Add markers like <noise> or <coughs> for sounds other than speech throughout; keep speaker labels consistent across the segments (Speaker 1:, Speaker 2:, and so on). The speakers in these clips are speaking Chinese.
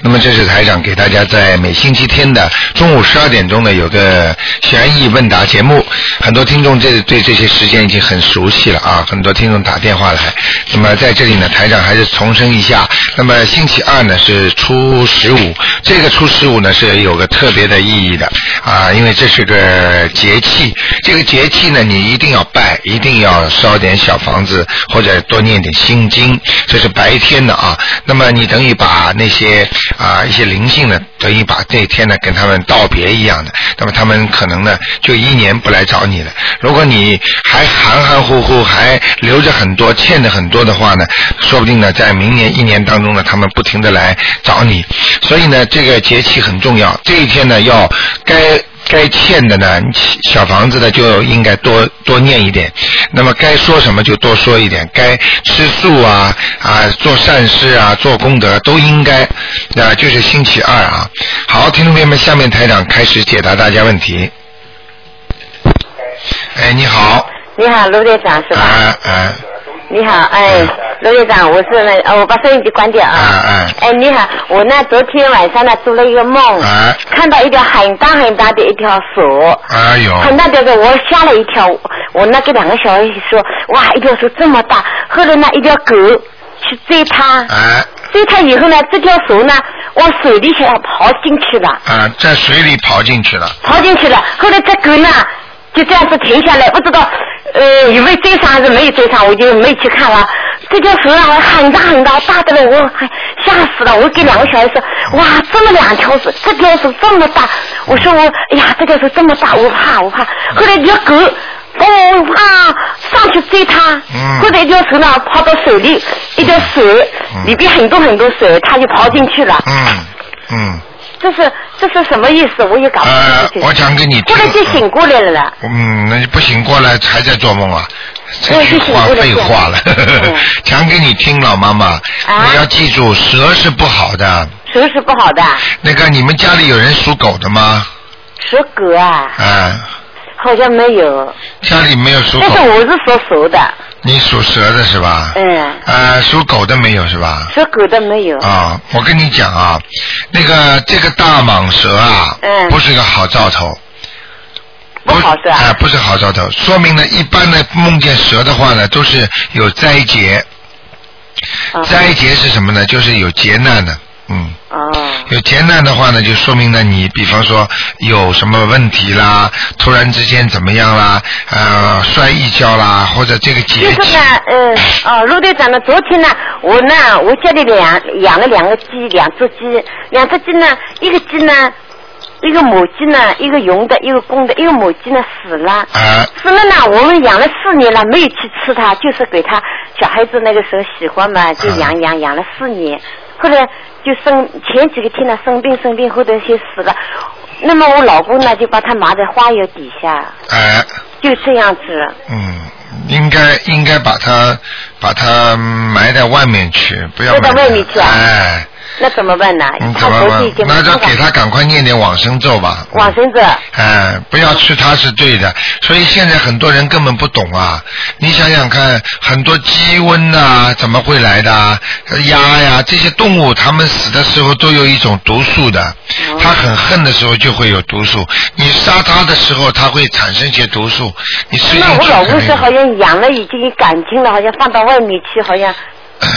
Speaker 1: 那么这是台长给大家在每星期天的中午十二点钟呢有个悬疑问答节目。很多听众这对这些时间已经很熟悉了啊，很多听众打电话来。那么在这里呢，台长还是重申一下。那么星期二呢是初十五，这个初十五呢是有个特别的意义的啊，因为这是个节气。这个节气呢，你一定要拜，一定要烧点小房子，或者多念点心经。这是白天的啊。那么你等于把那些啊一些灵性呢，等于把这一天呢跟他们道别一样的。那么他们可能呢就一年不来找你了。如果你还含含糊糊，还留着很多欠着很多的话呢，说不定呢在明年一年当中呢，他们不停的来找你。所以呢，这个节气很重要。这一天呢，要该。该欠的呢，小房子的就应该多多念一点。那么该说什么就多说一点，该吃素啊啊，做善事啊，做功德都应该。啊，就是星期二啊。好，听众朋友们，下面台长开始解答大家问题。哎，你好。
Speaker 2: 你好，卢队长是吧？
Speaker 1: 啊啊。
Speaker 2: 你好，哎，罗队长，我是那，呃，我把收音机关掉啊。
Speaker 1: 啊啊。
Speaker 2: 哎，你好，我呢，昨天晚上呢做了一个梦，
Speaker 1: 啊
Speaker 2: 看到一条很大很大的一条蛇，
Speaker 1: 哎呦。
Speaker 2: 很大条的，我吓了一跳。我那给两个小孩说，哇，一条蛇这么大。后来呢，一条狗去追它，
Speaker 1: 啊
Speaker 2: 追它以后呢，这条蛇呢往水里想跑进去了，
Speaker 1: 啊，在水里跑进去了。
Speaker 2: 跑进去了。后来这狗呢就这样子停下来，不知道呃有没有追上还是没有追上，我就没去看了。这条蛇啊很大很大，大的了我哎吓死了。我给两个小孩说，哇，这么两条蛇，这条蛇这么大，我说我哎呀这条蛇这么大，我怕我怕。后来一条狗。哦啊！上去追它，
Speaker 1: 嗯
Speaker 2: 或者一条蛇呢跑到水里，一条蛇
Speaker 1: 嗯
Speaker 2: 里边很多很多水，它就跑进去了。
Speaker 1: 嗯嗯。
Speaker 2: 这是这是什么意思？我也搞不
Speaker 1: 呃
Speaker 2: 清，楚。
Speaker 1: 我讲给你听。
Speaker 2: 后来就醒过来了啦。
Speaker 1: 嗯，那就不醒过来还在做梦啊？这
Speaker 2: 对
Speaker 1: 句话
Speaker 2: 是醒过来
Speaker 1: 废话了 <laughs>
Speaker 2: 嗯，
Speaker 1: 讲给你听，老妈妈，
Speaker 2: 啊
Speaker 1: 你要记住，蛇是不好的。
Speaker 2: 蛇是不好的，
Speaker 1: 那个，你们家里有人属狗的吗？
Speaker 2: 属狗啊，
Speaker 1: 啊，
Speaker 2: 好像没有，
Speaker 1: 家里没有属
Speaker 2: 但是
Speaker 1: 狗，
Speaker 2: 我是属蛇的，
Speaker 1: 你属蛇的是吧？
Speaker 2: 嗯，
Speaker 1: 啊，属狗的没有是吧？
Speaker 2: 属狗的没有。
Speaker 1: 啊，我跟你讲啊，那个这个大蟒蛇啊，
Speaker 2: 嗯
Speaker 1: 不是个好兆头。
Speaker 2: 不好是吧
Speaker 1: 啊、不是好兆头，说明呢，一般的梦见蛇的话呢，都是有灾劫。
Speaker 2: 嗯
Speaker 1: 灾劫是什么呢？就是有劫难的，嗯。
Speaker 2: 哦，
Speaker 1: 有劫难的话呢，就说明呢你，比方说有什么问题啦，突然之间怎么样啦，呃，摔一跤啦，或者这个
Speaker 2: 就
Speaker 1: 节气
Speaker 2: 是呢，嗯，哦，陆队长呢，昨天呢，我呢，我家里养养了两个鸡，两只鸡，两只鸡呢，一个鸡呢，一个母鸡呢，一个雄的，一个公的，一个母鸡呢死了。
Speaker 1: 啊
Speaker 2: 死了呢，我们养了四年了，没有去吃它，就是给它小孩子那个时候喜欢
Speaker 1: 啊
Speaker 2: 嘛，就养养养了四年，后来就生前几个天呢生病生病，后头就死了。那么我老公呢就把它埋在花园底下，
Speaker 1: 啊，
Speaker 2: 就这样子。
Speaker 1: 嗯，应该应该把它把它埋在外面去，不要
Speaker 2: 埋到
Speaker 1: 埋
Speaker 2: 外面去啊哎
Speaker 1: 哎，
Speaker 2: 那怎么办呢？
Speaker 1: 你
Speaker 2: 他
Speaker 1: 怎么
Speaker 2: 昨天
Speaker 1: 办
Speaker 2: 已经？
Speaker 1: 那
Speaker 2: 没
Speaker 1: 就
Speaker 2: 办法
Speaker 1: 给他赶快念点往生咒吧。嗯
Speaker 2: 往生者，
Speaker 1: 哎，不要吃它是对的，所以现在很多人根本不懂啊。你想想看，很多鸡瘟呐、怎么会来的啊？鸭呀、这些动物，它们死的时候都有一种毒素的，
Speaker 2: 哦
Speaker 1: 它很恨的时候就会有毒素。你杀它的时候，它会产生一些毒素。你吃进
Speaker 2: 哎那
Speaker 1: 去
Speaker 2: 我老
Speaker 1: 肯
Speaker 2: 公
Speaker 1: 定
Speaker 2: 说好像养了已经有感情了，好像放到外面去，好像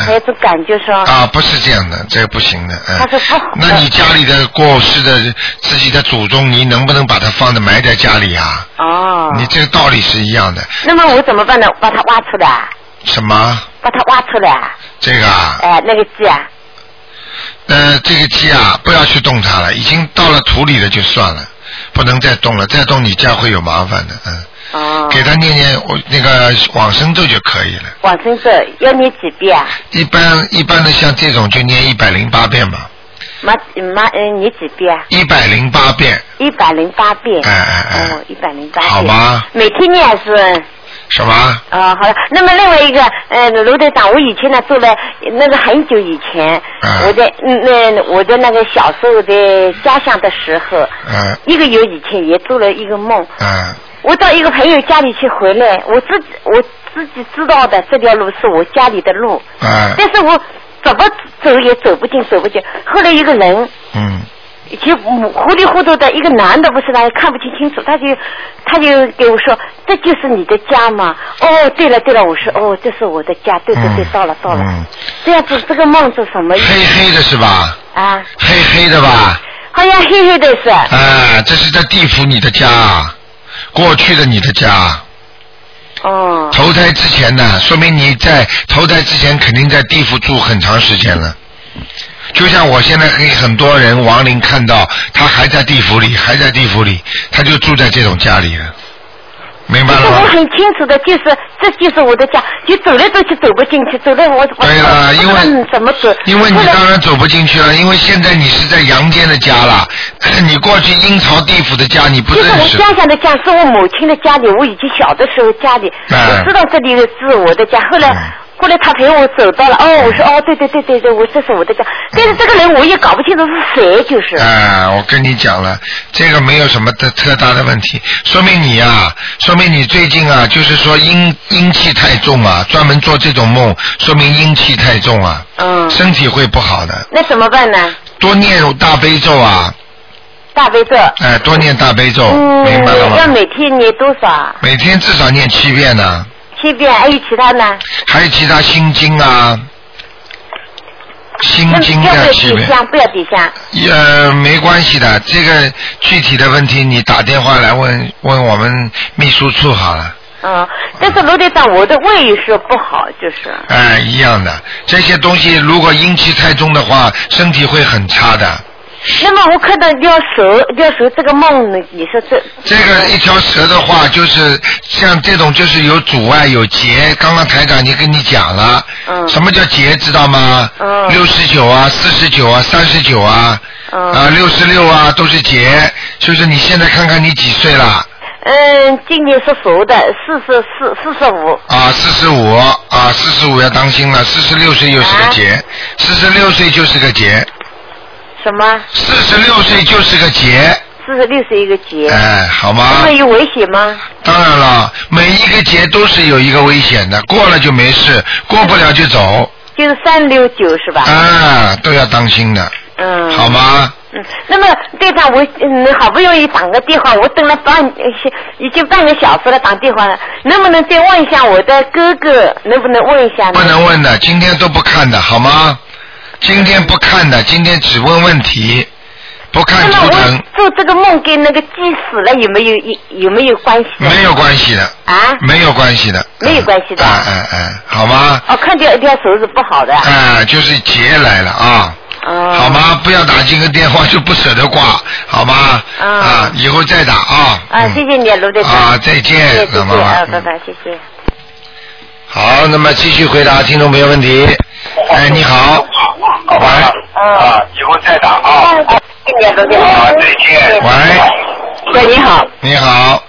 Speaker 2: 还有种感觉说，
Speaker 1: 嗯啊，不是这样的，这不行的。嗯、
Speaker 2: 他啊是不好的
Speaker 1: 那你家里的过世的自己的祖宗，你能不能把它放在埋在家里啊？
Speaker 2: 哦，
Speaker 1: 你这个道理是一样的。
Speaker 2: 那么我怎么办呢？把它挖出来，
Speaker 1: 什么？
Speaker 2: 把它挖出来，
Speaker 1: 这个啊？
Speaker 2: 哎，那个鸡啊。
Speaker 1: 呃，这个鸡啊，不要去动它了，已经到了土里了就算了，不能再动了，再动你家会有麻烦的。嗯，
Speaker 2: 哦，
Speaker 1: 给它念念我那个往生咒就可以了。
Speaker 2: 往生咒要念几遍啊？
Speaker 1: 一般一般的像这种就念一百零八遍吧，
Speaker 2: 妈妈，嗯，念几遍啊？
Speaker 1: 一百零八遍，
Speaker 2: 一百零八遍。
Speaker 1: 哎哎哎
Speaker 2: 嗯哦，一百零八遍。
Speaker 1: 好？吗？
Speaker 2: 每天念还是
Speaker 1: 什么？
Speaker 2: 哦，好了，那么另外一个，呃，卢队长，我以前呢做了那个很久以前，
Speaker 1: 嗯
Speaker 2: 我在嗯那我在那个小时候在家乡的时候，
Speaker 1: 嗯
Speaker 2: 一个月以前也做了一个梦，
Speaker 1: 嗯
Speaker 2: 我到一个朋友家里去回来，我自己我自己知道的这条路是我家里的路，
Speaker 1: 嗯
Speaker 2: <laughs> 但是我怎么走也走不进，走不进。后来一个人
Speaker 1: 嗯
Speaker 2: 就糊里糊涂的一个男的，不是他也看不清清楚，他就他就给我说，这就是你的家嘛。哦，对了对了，我说哦，这是我的家，对对对，
Speaker 1: 嗯
Speaker 2: 到了到了。
Speaker 1: 嗯
Speaker 2: 这样子这个梦是什么意
Speaker 1: 黑
Speaker 2: 思
Speaker 1: 黑的是吧？
Speaker 2: 啊？
Speaker 1: 黑黑的吧？
Speaker 2: 好像黑黑的是。
Speaker 1: 啊，这是在地府你的家，过去的你的家，
Speaker 2: 哦
Speaker 1: 投胎之前呢，说明你在投胎之前肯定在地府住很长时间了。就像我现在给很多人亡灵看到，他还在地府里，还在地府里，他就住在这种家里了，明白
Speaker 2: 但是
Speaker 1: 了
Speaker 2: 我
Speaker 1: 吗？
Speaker 2: 很清楚的，就是这就是我的家，就走来走去走不进去，走来我我我
Speaker 1: 对了，因
Speaker 2: 我不知道
Speaker 1: 为
Speaker 2: 怎么走，
Speaker 1: 因为你
Speaker 2: 后来
Speaker 1: 当然走不进去了，因为现在你是在阳间的家了， <coughs> 你过去阴曹地府的家你不
Speaker 2: 就是
Speaker 1: 认
Speaker 2: 我
Speaker 1: 识。
Speaker 2: 家乡的家，是我母亲的家里。我以前小的时候家里，
Speaker 1: 哎
Speaker 2: 我知道这里是我的家。后来，
Speaker 1: 嗯
Speaker 2: 后来他陪我走到了，哦，我说哦，对对对对对，我这是我的家。但是这个人我也搞不清楚是谁，就是。
Speaker 1: 啊，我跟你讲了，这个没有什么特特大的问题，说明你啊，说明你最近啊，就是说阴阴气太重啊，专门做这种梦，说明阴气太重啊，
Speaker 2: 嗯，
Speaker 1: 身体会不好的。
Speaker 2: 那怎么办呢？
Speaker 1: 多念大悲咒啊，
Speaker 2: 大悲咒。
Speaker 1: 哎、多念大悲咒，
Speaker 2: 嗯
Speaker 1: 明白了，
Speaker 2: 要
Speaker 1: 吗？
Speaker 2: 每天念多少啊？
Speaker 1: 每天至少念七遍呢、
Speaker 2: 七遍，还有其他呢？
Speaker 1: 还有其他心经啊，心
Speaker 2: 那
Speaker 1: 经啊
Speaker 2: 要不
Speaker 1: 的
Speaker 2: 要
Speaker 1: 七
Speaker 2: 底
Speaker 1: 遍。
Speaker 2: 香？不要底香。
Speaker 1: 呃，没关系的，这个具体的问题你打电话来问问我们秘书处好了。
Speaker 2: 嗯，但是罗队长，我的胃是不好，就是。
Speaker 1: 哎，一样的，这些东西如果阴气太重的话，身体会很差的。
Speaker 2: 那么我看到要蛇，要蛇这个梦呢，也是这。
Speaker 1: 这个一条蛇的话，就是像这种就是有阻碍有结。刚刚台长已经跟你讲了，
Speaker 2: 嗯
Speaker 1: 什么叫结知道吗？
Speaker 2: 嗯
Speaker 1: 六十九啊，四十九啊，三十九啊，
Speaker 2: 嗯
Speaker 1: 啊六十六啊都是结。就是你现在看看你几岁了？
Speaker 2: 嗯，今年是熟的，四十四、四十五。
Speaker 1: 啊，四十五啊，四十五要当心了，四十六岁又是
Speaker 2: 啊
Speaker 1: 个劫，四十六岁就是个劫，
Speaker 2: 什么？
Speaker 1: 四十六岁就是个劫，
Speaker 2: 四十六是一个节。
Speaker 1: 哎，好
Speaker 2: 那
Speaker 1: 吗
Speaker 2: 么？有危险吗？
Speaker 1: 当然了，每一个劫都是有一个危险的，过了就没事，过不了就走，
Speaker 2: 就是三六九是吧？
Speaker 1: 啊，都要当心的，
Speaker 2: 嗯。
Speaker 1: 好。吗？
Speaker 2: 嗯，那么队长，我嗯好不容易打个电话，我等了半呃已经半个小时了，打电话了，能不能再问一下我的哥哥，能不能问一下呢？
Speaker 1: 不能问的，今天都不看的，好吗？今天不看的，今天只问问题，不
Speaker 2: 那
Speaker 1: 看
Speaker 2: 么
Speaker 1: 图腾，
Speaker 2: 我做这个梦跟那个祭死了有没有有有没有关系？
Speaker 1: 没有关系的，
Speaker 2: 啊？
Speaker 1: 没有关系的，
Speaker 2: 没有关系的啊
Speaker 1: 嗯嗯嗯，好吗？
Speaker 2: 哦，看见一条手是不好的。
Speaker 1: 哎、就是劫来了啊，
Speaker 2: 哦。
Speaker 1: 好？吗？不要打进个电话就不舍得挂，好吗？
Speaker 2: 嗯
Speaker 1: 啊，以后再打啊。
Speaker 2: 啊，
Speaker 1: 嗯
Speaker 2: 谢谢你，啊，卢队长。
Speaker 1: 啊，再见，
Speaker 2: 谢谢，谢
Speaker 1: 老
Speaker 2: 谢
Speaker 1: 妈妈
Speaker 2: 啊，
Speaker 1: 嗯
Speaker 2: 拜拜，谢谢。
Speaker 1: 好，那么继续回答听众朋友问题。哎，你好，
Speaker 3: 好吧，啊，以后再打啊。
Speaker 2: 谢谢卢队
Speaker 3: 啊，再见。
Speaker 1: 哎喂，
Speaker 4: 喂，你好。
Speaker 1: 你好，
Speaker 3: 好，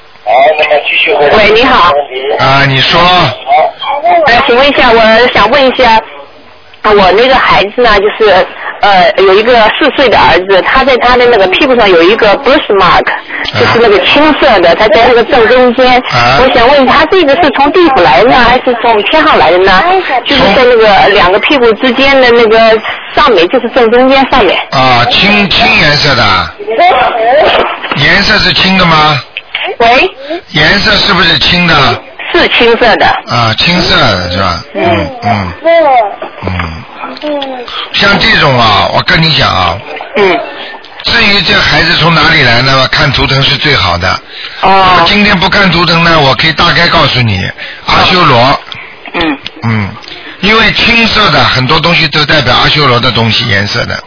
Speaker 3: 那么继续回答
Speaker 4: 喂，你好。
Speaker 1: 啊，你说，哎
Speaker 4: 呃，请问一下，我想问一下，呃我那个孩子呢，就是呃，有一个四岁的儿子，他在他的那个屁股上有一个 birthmark，就是那个青色的，他在那个正中间。
Speaker 1: 啊
Speaker 4: 我想问他这个是从地府来的呢，还是从天上来的呢？
Speaker 2: 哎
Speaker 4: 就是在那个两个屁股之间的那个上面，就是正中间上面。
Speaker 1: 啊，青青颜色的，颜色是青的吗？
Speaker 4: 喂，
Speaker 1: 颜色是不是青的？
Speaker 4: 是青色的。
Speaker 1: 啊，青色的是吧？嗯嗯嗯，像这种啊，我跟你讲啊，
Speaker 4: 嗯。
Speaker 1: 至于这孩子从哪里来呢？看图腾是最好的。
Speaker 2: 啊
Speaker 4: 哦。
Speaker 1: 今天不看图腾呢，我可以大概告诉你，阿修罗，
Speaker 4: 嗯。
Speaker 1: 嗯，因为青色的很多东西都代表阿修罗的东西颜色的，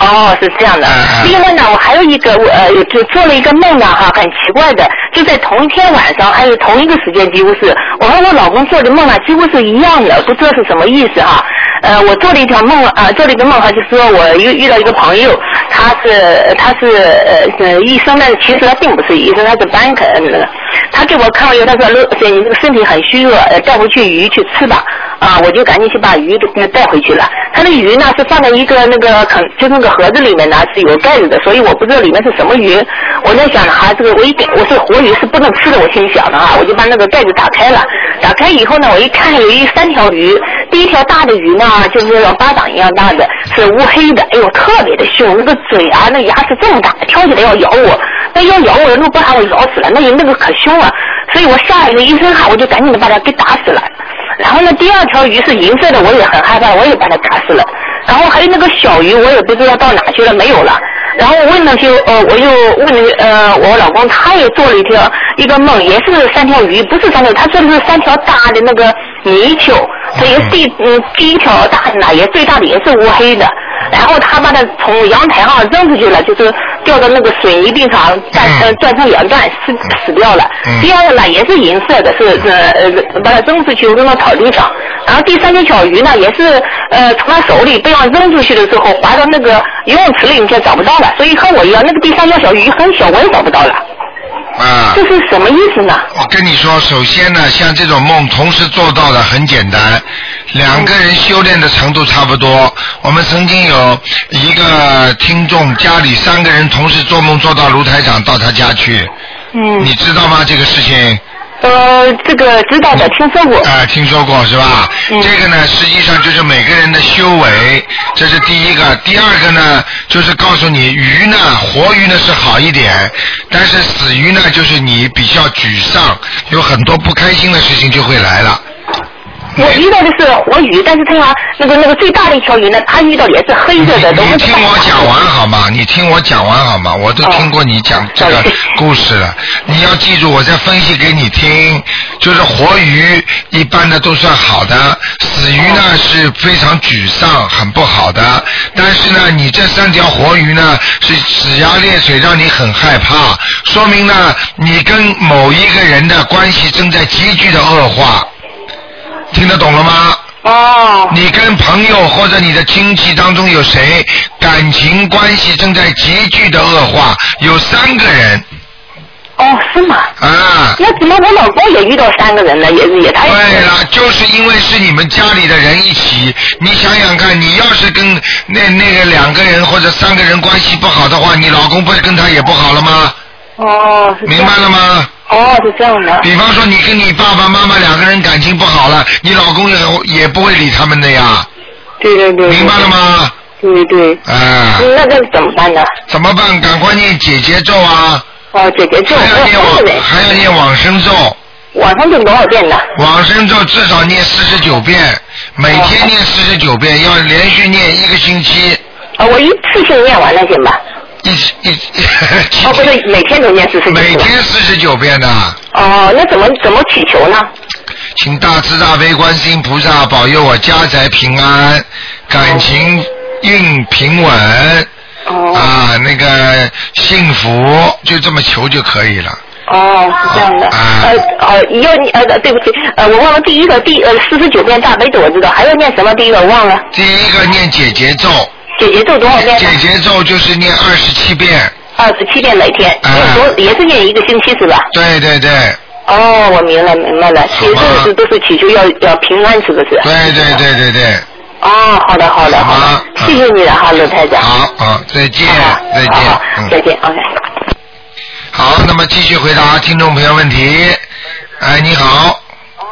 Speaker 4: 哦，是这样的
Speaker 1: 哎哎。
Speaker 4: 另外呢，我还有一个，我呃，就做了一个梦呢，哈，很奇怪的，就在同一天晚上，还有
Speaker 2: 啊
Speaker 4: 同一个时间，几乎是我和我老公做的梦呢，几乎是一样的，不知道是什么意思哈。呃，
Speaker 2: 呃，我做了一条梦，呃，做了一个梦哈，就是说我遇遇到一个朋友，他是他是呃呃医生，但是其实他并不是医生，他是 bank 呃那个，他给我看完以后，他说，对，你这个身体很虚弱，呃，带回去鱼去吃吧，啊，我就赶紧去把鱼给带回去了。他那鱼呢是放在一个那个肯，就是那个盒子里面呢是有盖子的，所以我不知道里面是什么鱼。我在想哈、这个我一点我是活鱼是不能吃的，我心里想的啊，我就把那个盖子打开了。打开以后呢，我一看有一三条鱼，第一条大的鱼呢就是巴掌一样大的，是乌黑的，哎呦特别的凶，那个嘴啊那牙齿这么大，挑起来要咬我，那要咬我，如果不把我咬死了，那那个可凶了。所以我吓了一身汗，我就赶紧的把它给打死了。然后呢，第二条鱼是银色的，我也很害怕，我也把它打死了。然后还有那个小鱼，我也不知道到哪去了，没有了。然后我问了就呃，我又问了呃，我老公他也做了一条一个梦，也是三条鱼，不是三条，他做的是三条大的那个泥鳅，所以第嗯第一条大的呢，也最大的也是乌黑的。然后他把它从阳台上扔出去了，就是掉到那个水泥地上，转呃转成两段，死死掉了。
Speaker 1: 嗯
Speaker 2: 第二个呢也是银色的，是呃呃把它扔出去扔到草地上。然后第三条小鱼呢也是呃从他手里被让扔出去的时候滑到那个游泳池里面去找不到了，所以和我一样，那个第三条小鱼很小，我也找不到了。
Speaker 1: 啊
Speaker 2: 这，是什么意思呢？
Speaker 1: 我跟你说，首先呢，像这种梦同时做到的很简单，两个人修炼的程度差不多。我们曾经有一个听众家里三个人同时做梦做到卢台长到他家去，
Speaker 2: 嗯，
Speaker 1: 你知道吗？这个事情。
Speaker 2: 呃，这个知道的，听说过。
Speaker 1: 啊、听说过是吧？
Speaker 2: 嗯
Speaker 1: 这个呢，实际上就是每个人的修为，这是第一个。第二个呢，就是告诉你，鱼呢，活鱼呢是好一点，但是死鱼呢，就是你比较沮丧，有很多不开心的事情就会来了。
Speaker 2: 我遇到的是活鱼，但是它那个那个最大的一条鱼呢，它遇到也是黑色的，都
Speaker 1: 你
Speaker 2: 是
Speaker 1: 听我讲完好吗？你听我讲完好吗？我都
Speaker 2: 哦
Speaker 1: 听过你讲这个故事了。你要记住，我在分析给你听。就是活鱼一般的都算好的，死鱼呢是非常沮丧、很不好的。但是呢，你这三条活鱼呢是死鸭裂水，让你很害怕，说明呢你跟某一个人的关系正在急剧的恶化。听得懂了吗？
Speaker 2: 哦
Speaker 1: 你跟朋友或者你的亲戚当中有谁感情关系正在急剧的恶化？有三个人
Speaker 2: 哦，是吗？
Speaker 1: 啊。
Speaker 2: 那怎么我老公也遇到三个人了？也也他也
Speaker 1: 对了，就是因为是你们家里的人一起，你想想看，你要是跟那那个两个人或者三个人关系不好的话，你老公不是跟他也不好了吗？
Speaker 2: 哦，是这
Speaker 1: 明
Speaker 2: 样
Speaker 1: 白了吗？
Speaker 2: 哦，是这样的。
Speaker 1: 比方说你跟你爸爸妈妈两个人感情不好了，你老公也也不会理他们的呀，
Speaker 2: 对对对。
Speaker 1: 明白了？吗？
Speaker 2: 对对。
Speaker 1: 啊，
Speaker 2: 那这怎么办呢？
Speaker 1: 怎么办？赶快念姐姐咒啊！
Speaker 2: 哦，姐姐，这
Speaker 1: 还要
Speaker 2: 我
Speaker 1: 念
Speaker 2: 有三个
Speaker 1: 往
Speaker 2: 人，
Speaker 1: 还要念往生咒，
Speaker 2: 晚上念多少遍呢？
Speaker 1: 往生咒至少念四十九遍，每天念四十九遍，要连续念一个星期，
Speaker 2: 啊，我一次性念完了行吧？
Speaker 1: 一一 <laughs>
Speaker 2: 哦，不是，每天都念四十九
Speaker 1: 每
Speaker 2: 遍。
Speaker 1: 天四十九遍的，
Speaker 2: 哦，那怎么怎么祈求呢？
Speaker 1: 请大慈大悲观世音菩萨保佑我家宅平安，感情运平稳
Speaker 2: 哦
Speaker 1: 啊，那个幸福，就这么求就可以了。
Speaker 2: 哦，是这样的。
Speaker 1: 啊
Speaker 2: 呃哦，要你呃对不起，呃我忘了第一个第呃四十九遍大悲咒我知道，还要念什么第一个我忘了。
Speaker 1: 第一个念姐姐咒，
Speaker 2: 姐姐咒多少遍呢
Speaker 1: 姐？姐咒就是念二十七遍，
Speaker 2: 二十七遍每天，
Speaker 1: 啊
Speaker 2: 念多也是念一个星期是吧？
Speaker 1: 对对对。
Speaker 2: 哦，我明了明白了，
Speaker 1: 好
Speaker 2: 其
Speaker 1: 吧
Speaker 2: 实这个是都是祈求要要平安，是不是？
Speaker 1: 对对对对对，
Speaker 2: 哦，好的好的
Speaker 1: 好
Speaker 2: 好
Speaker 1: 吧
Speaker 2: 的，谢谢你了哈，罗台长。
Speaker 1: 好好，再见
Speaker 2: 好
Speaker 1: 再
Speaker 2: 好好
Speaker 1: 见，
Speaker 2: 再
Speaker 1: 嗯，
Speaker 2: 见，OK。
Speaker 1: 好，那么继续回答听众朋友问题。哎，你好。
Speaker 2: 哦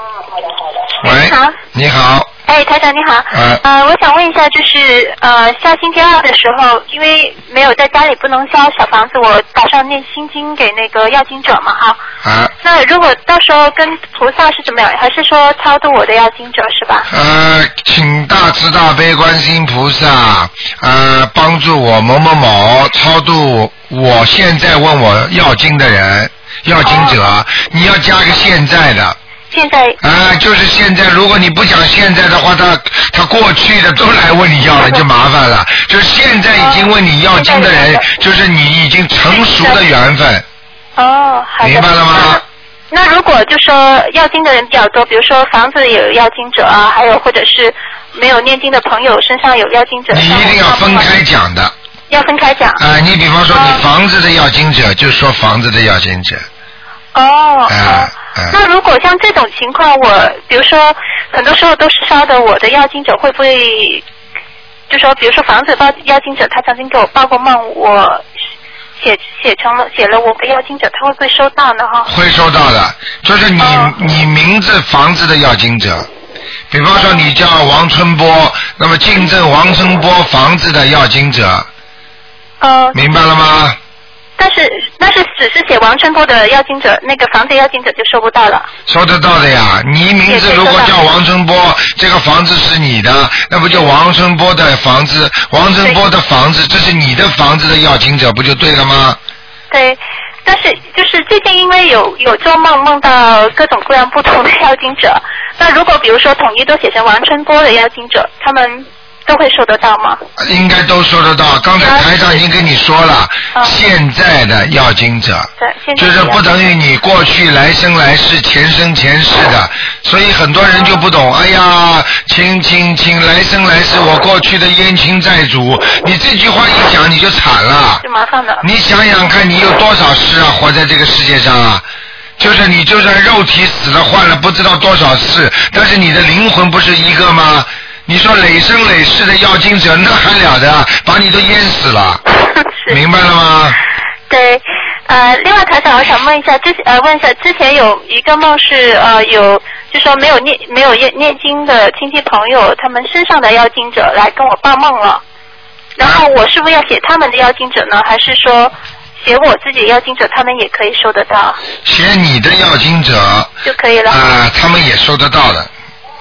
Speaker 1: 喂
Speaker 4: 你好，
Speaker 1: 你好，
Speaker 4: 哎，台长你好。
Speaker 1: 哎
Speaker 4: 呃，我想问一下，就是呃，下星期二的时候，因为没有在家里不能烧小房子，我打算念心经给那个要经者嘛哈。
Speaker 1: 啊，
Speaker 4: 那如果到时候跟菩萨是怎么样？还是说超度我的要经者是吧？
Speaker 1: 呃，请大慈大悲观世音菩萨，呃，帮助我某某某超度我现在问我要经的人，要经
Speaker 2: 哦
Speaker 1: 者，你要加个现在的，
Speaker 4: 现在
Speaker 1: 啊，就是现在，如果你不讲现在的话，他他过去的都来问你要了，就麻烦了。就是现在已经问你要经的人
Speaker 4: 哦，
Speaker 1: 就是你已经成熟的缘分，
Speaker 4: 哦，好的。
Speaker 1: 明白了吗？
Speaker 4: 那那如果就说要经的人比较多，比如说房子有要经者啊，还有或者是没有念经的朋友身上有妖精者，
Speaker 1: 你一定要分开讲的。
Speaker 4: 要分开讲。
Speaker 1: 啊，你比方说
Speaker 4: 嗯
Speaker 1: 你房子的要经者，就说房子的要经者。
Speaker 4: 哦。
Speaker 1: 啊啊。
Speaker 4: 那如果像这种情况，我比如说很多时候都是烧的我的妖精者，会不会就说比如说房子报妖精者，他曾经给我报过梦，我写写成了写了我的妖精者，他会不会收到呢？哈。
Speaker 1: 会收到的，就是你、
Speaker 4: 嗯
Speaker 1: 你名字房子的要经者，比方说你叫王春波，那么进赠王春波房子的要经者，
Speaker 4: 呃，
Speaker 1: 明白了吗？
Speaker 4: 但是那是只是写王春波的邀请者，那个房子邀请者就收不到了。
Speaker 1: 收得到的呀，你名字如果叫王春波，这个房子是你的，那不就王春波的房子？王春波的房子，这是你的房子的要经者，不就对了吗？
Speaker 4: 对，但是就是最近因为有有做梦梦到各种各样不同的邀请者，那如果比如说统一都写成王春波的邀请者，他们都会收得到吗？
Speaker 1: 应该都收得到。刚才台上已经跟你说了，现在的要经者，
Speaker 4: 现在
Speaker 1: 就
Speaker 4: 的
Speaker 1: 是不
Speaker 4: 要经者
Speaker 1: 等于你过去来生来世、前生前世的，所以很多人就不懂。哎呀，请请请，来生来世我过去的冤亲债主，你这句话一讲你就惨了。
Speaker 4: 就麻烦了。 <laughs>
Speaker 1: 你想想看，你有多少事啊，活在这个世界上啊？就是你就算肉体死了换了不知道多少次，但是你的灵魂不是一个吗？你说累生累世的要经者，那还了得啊，把你都淹死了，明白了吗？
Speaker 4: 对，呃，另外台长，我想问一下，之前呃问一下，之前有一个梦是呃有，就说没有念没有念念经的亲戚朋友，他们身上的邀请者来跟我报梦了，然后我是不是要写他们的邀请者呢？还是说写我自己邀请者，他们也可以收得到
Speaker 1: 写你的要经者啊、
Speaker 4: 就可以了？
Speaker 1: 他们也收得到的。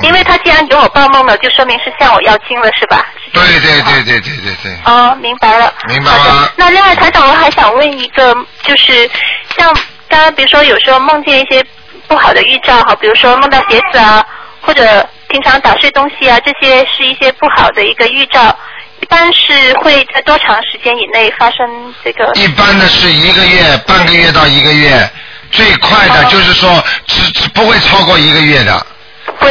Speaker 4: 因为他既然给我报梦了，就说明是向我要经了，是吧？
Speaker 1: 对对对对对对对，
Speaker 4: 哦，明白了。
Speaker 1: 明白吗？
Speaker 4: 那另外，台长，我还想问一个，就是像刚刚，比如说有时候梦见一些不好的预兆哈，比如说梦到鞋子啊，或者平常打碎东西啊，这些是一些不好的一个预兆。一般是会在多长时间以内发生这个？
Speaker 1: 一般的是一个月、半个月到一个月，最快的就是说只只不会超过一个月的。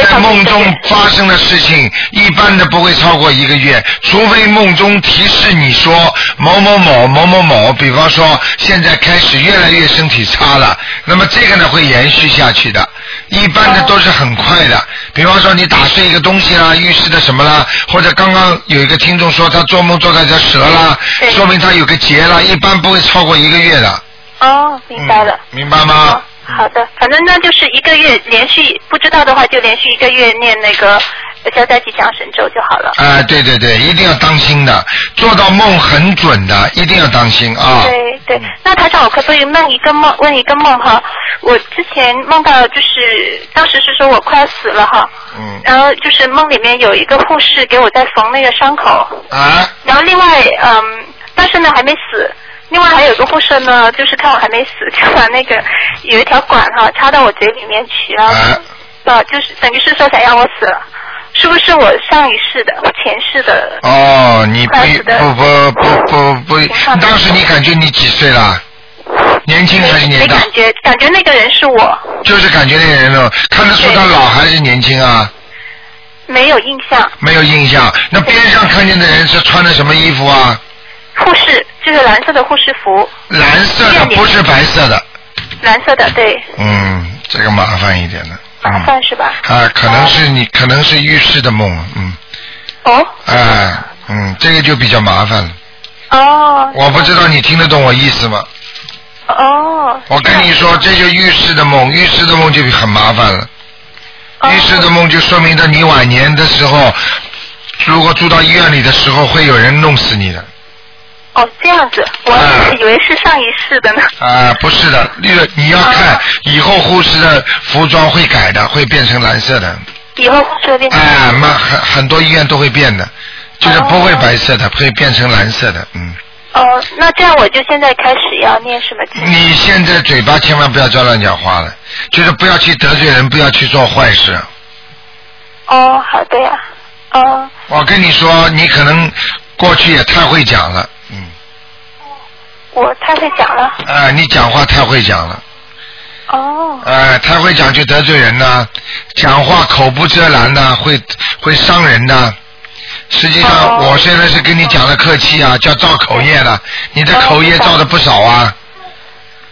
Speaker 1: 在梦中发生的事情，一般的不会超过一个月，除非梦中提示你说某某某某某某，比方说现在开始越来越身体差了，那么这个呢会延续下去的。一般的都是很快的，比方说你打碎一个东西啦，预示的什么啦，或者刚刚有一个听众说他做梦做到一条蛇啦，说明他有个结啦，一般不会超过一个月的，嗯
Speaker 4: 哦，明白了。哦
Speaker 1: 明白吗？
Speaker 4: 好的，反正那就是一个月连续不知道的话，就连续一个月念那个消灾吉祥神咒就好了。
Speaker 1: 啊，对对对，一定要当心的，做到梦很准的，一定要当心啊。
Speaker 4: 对对，那台长，我可不可以梦一个梦，问一个梦哈？我之前梦到就是当时是说我快要死了哈，
Speaker 1: 嗯
Speaker 4: 然后就是梦里面有一个护士给我在缝那个伤口，
Speaker 1: 啊，
Speaker 4: 然后另外嗯，但是呢还没死。另外还有一个护士呢，就是看我还没死， <laughs> 就把那个有一条管哈插到我嘴里面去，然后啊，就是等于是说想让我死了，是不是我上一世的、我前世的？
Speaker 1: 哦，你不
Speaker 4: 快死的
Speaker 1: 不不不不不，当时你感觉你几岁了？年轻还是
Speaker 4: 没
Speaker 1: 年大？
Speaker 4: 感觉，感觉那个人是我，
Speaker 1: 就是感觉那个人了，看得出他老还是年轻啊？
Speaker 4: 没有印象。
Speaker 1: 没有印象。那边上看见的人是穿的什么衣服啊？
Speaker 4: 护士就是蓝色的护士服，
Speaker 1: 蓝色的，不是白色的。
Speaker 4: 蓝色的对，
Speaker 1: 嗯，这个麻烦一点了。嗯
Speaker 4: 麻烦是吧？
Speaker 1: 啊，可能是你，可能是预示的梦，嗯。
Speaker 4: 哦。
Speaker 1: 啊，嗯，这个就比较麻烦了。
Speaker 4: 哦
Speaker 1: 我不知道你听得懂我意思吗？
Speaker 4: 哦
Speaker 1: 我跟你说，这就预示的梦，预示的梦就很麻烦了。
Speaker 4: 哦
Speaker 1: 预示的梦就说明着你晚年的时候，如果住到医院里的时候，会有人弄死你的。
Speaker 4: 哦，这样子，我还
Speaker 1: 嗯
Speaker 4: 以为是上一世的呢。 <laughs>
Speaker 1: 啊，不是的，那个你要看以后护士的服装会改的，会变成蓝色的。
Speaker 4: 以后护士变成
Speaker 1: 啊，那很很多医院都会变的，就是不会白色的，会变成蓝色的。嗯，
Speaker 4: 哦，那这样我就现在开始要念什么经？
Speaker 1: 你现在嘴巴千万不要叫乱讲话了，就是不要去得罪人，不要去做坏事。
Speaker 4: 哦，好的呀。哦
Speaker 1: 我跟你说，你可能过去也太会讲了，嗯
Speaker 4: 我太会讲了。
Speaker 1: 啊，你讲话太会讲了，
Speaker 4: 哦
Speaker 1: 啊，太会讲就得罪人呐、讲话口不遮拦呐、会会伤人呐、实际上，
Speaker 4: 哦
Speaker 1: 我现在是跟你讲的客气啊，叫造口业了。你的口业造的不少啊，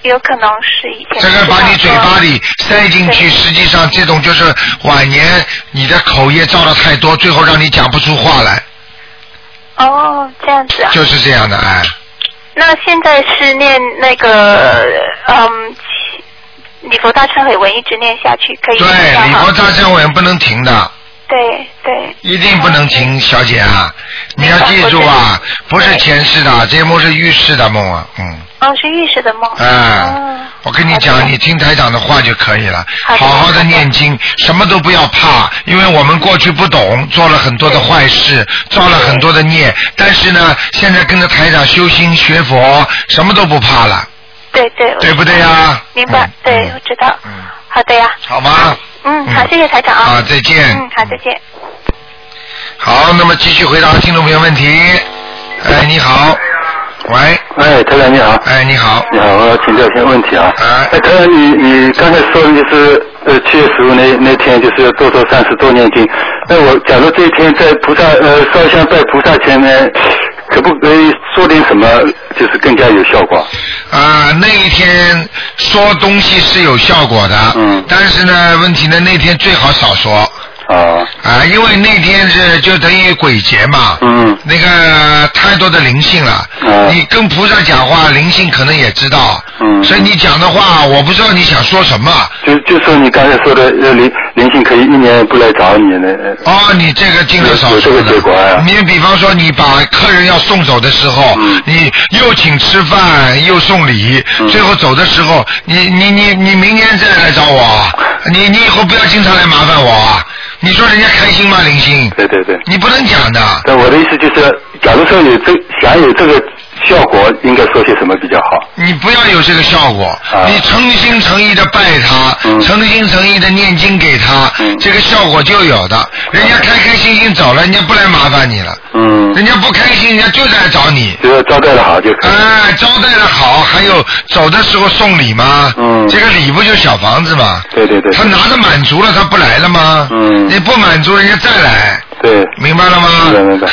Speaker 4: 有可能是以前
Speaker 1: 这个把你嘴巴里塞进去，
Speaker 4: 对
Speaker 1: 实际上这种就是晚年你的口业造的太多，最后让你讲不出话来，
Speaker 4: 哦，这样子啊。
Speaker 1: 就是这样的哎。
Speaker 4: 那现在是念那个呃嗯，礼佛大忏悔文一直念下去，可以
Speaker 1: 对，
Speaker 4: 念到
Speaker 1: 礼佛
Speaker 4: 哈
Speaker 1: 大忏悔不能停的，
Speaker 4: 对对，
Speaker 1: 一定不能停，小姐啊，你要记住啊，不是前世的，这些梦是预示的梦啊，嗯。
Speaker 4: 哦，是预示的梦。
Speaker 1: 哎
Speaker 4: 哦，
Speaker 1: 我跟你
Speaker 4: 好
Speaker 1: 讲，
Speaker 4: 的
Speaker 1: 你听台长的话就可以了，
Speaker 4: 好的
Speaker 1: 好好
Speaker 4: 好
Speaker 1: 的
Speaker 4: 的
Speaker 1: 念经，什么都不要怕，因为我们过去不懂，做了很多的坏事，造了很多的孽，但是呢，现在跟着台长修心学佛，什么都不怕了，
Speaker 4: 对对，我
Speaker 1: 对不对呀？
Speaker 4: 明白
Speaker 1: 嗯，
Speaker 4: 对，我
Speaker 1: 嗯
Speaker 4: 知道。
Speaker 1: 嗯，
Speaker 4: 好的呀。
Speaker 1: 好吗？
Speaker 4: 嗯，好，谢谢台长
Speaker 1: 啊，
Speaker 4: 啊。
Speaker 1: 再见。
Speaker 4: 嗯，好，再见。
Speaker 1: 好，那么继续回答听众朋友问题。哎，你好，喂，
Speaker 5: 哎，台长你好，
Speaker 1: 哎，你好，
Speaker 5: 你好，我请教一些问题啊。
Speaker 1: 哎
Speaker 5: 哎，台长，你你刚才说的就是呃七月十五那那天就是要多做善事多念经。那我假如这一天在菩萨呃烧香拜菩萨前面，可不可以说点什么，就是更加有效果？
Speaker 1: 啊、那一天说东西是有效果的，
Speaker 5: 嗯
Speaker 1: 但是呢，问题呢，那天最好少说啊、
Speaker 5: 啊，
Speaker 1: 因为那天是就等于鬼节嘛，
Speaker 5: 嗯
Speaker 1: 那个太多的灵性了，
Speaker 5: 嗯
Speaker 1: 你跟菩萨讲话，灵性可能也知道，
Speaker 5: 嗯
Speaker 1: 所以你讲的话，我不知道你想说什么。
Speaker 5: 就就说你刚才说的呃灵灵性可以一年不来找你呢。呃
Speaker 1: 哦，你这个尽量少
Speaker 5: 有
Speaker 1: 说
Speaker 5: 这个
Speaker 1: 的
Speaker 5: 结果啊
Speaker 1: 你比方说，你把客人要送走的时候，
Speaker 5: 嗯
Speaker 1: 你又请吃饭，又送礼，
Speaker 5: 嗯
Speaker 1: 最后走的时候，你你你你明年再来找我啊，你你以后不要经常来麻烦我啊！你说人家开心吗，林星？
Speaker 5: 对对对。
Speaker 1: 你不能讲的。
Speaker 5: 但我的意思就是，假如说有这想有这个效果，应该说些什么比较好？
Speaker 1: 你不要有这个效果，
Speaker 5: 啊
Speaker 1: 你诚心诚意的拜他，
Speaker 5: 嗯
Speaker 1: 诚心诚意的念经给他，
Speaker 5: 嗯
Speaker 1: 这个效果就有的。人家开开心心走了，人家不来麻烦你了，
Speaker 5: 嗯，
Speaker 1: 人家不开心，人家就来找你。
Speaker 5: 只要招待的好就可以。
Speaker 1: 哎，招待的好，还有走的时候送礼吗？
Speaker 5: 嗯
Speaker 1: 这个礼不就是小房子吗？
Speaker 5: 对对对，
Speaker 1: 他拿着满足了，他不来了吗？
Speaker 5: 嗯
Speaker 1: 你不满足，人家再来，
Speaker 5: 对，
Speaker 1: 明白了吗？。
Speaker 5: 明白明白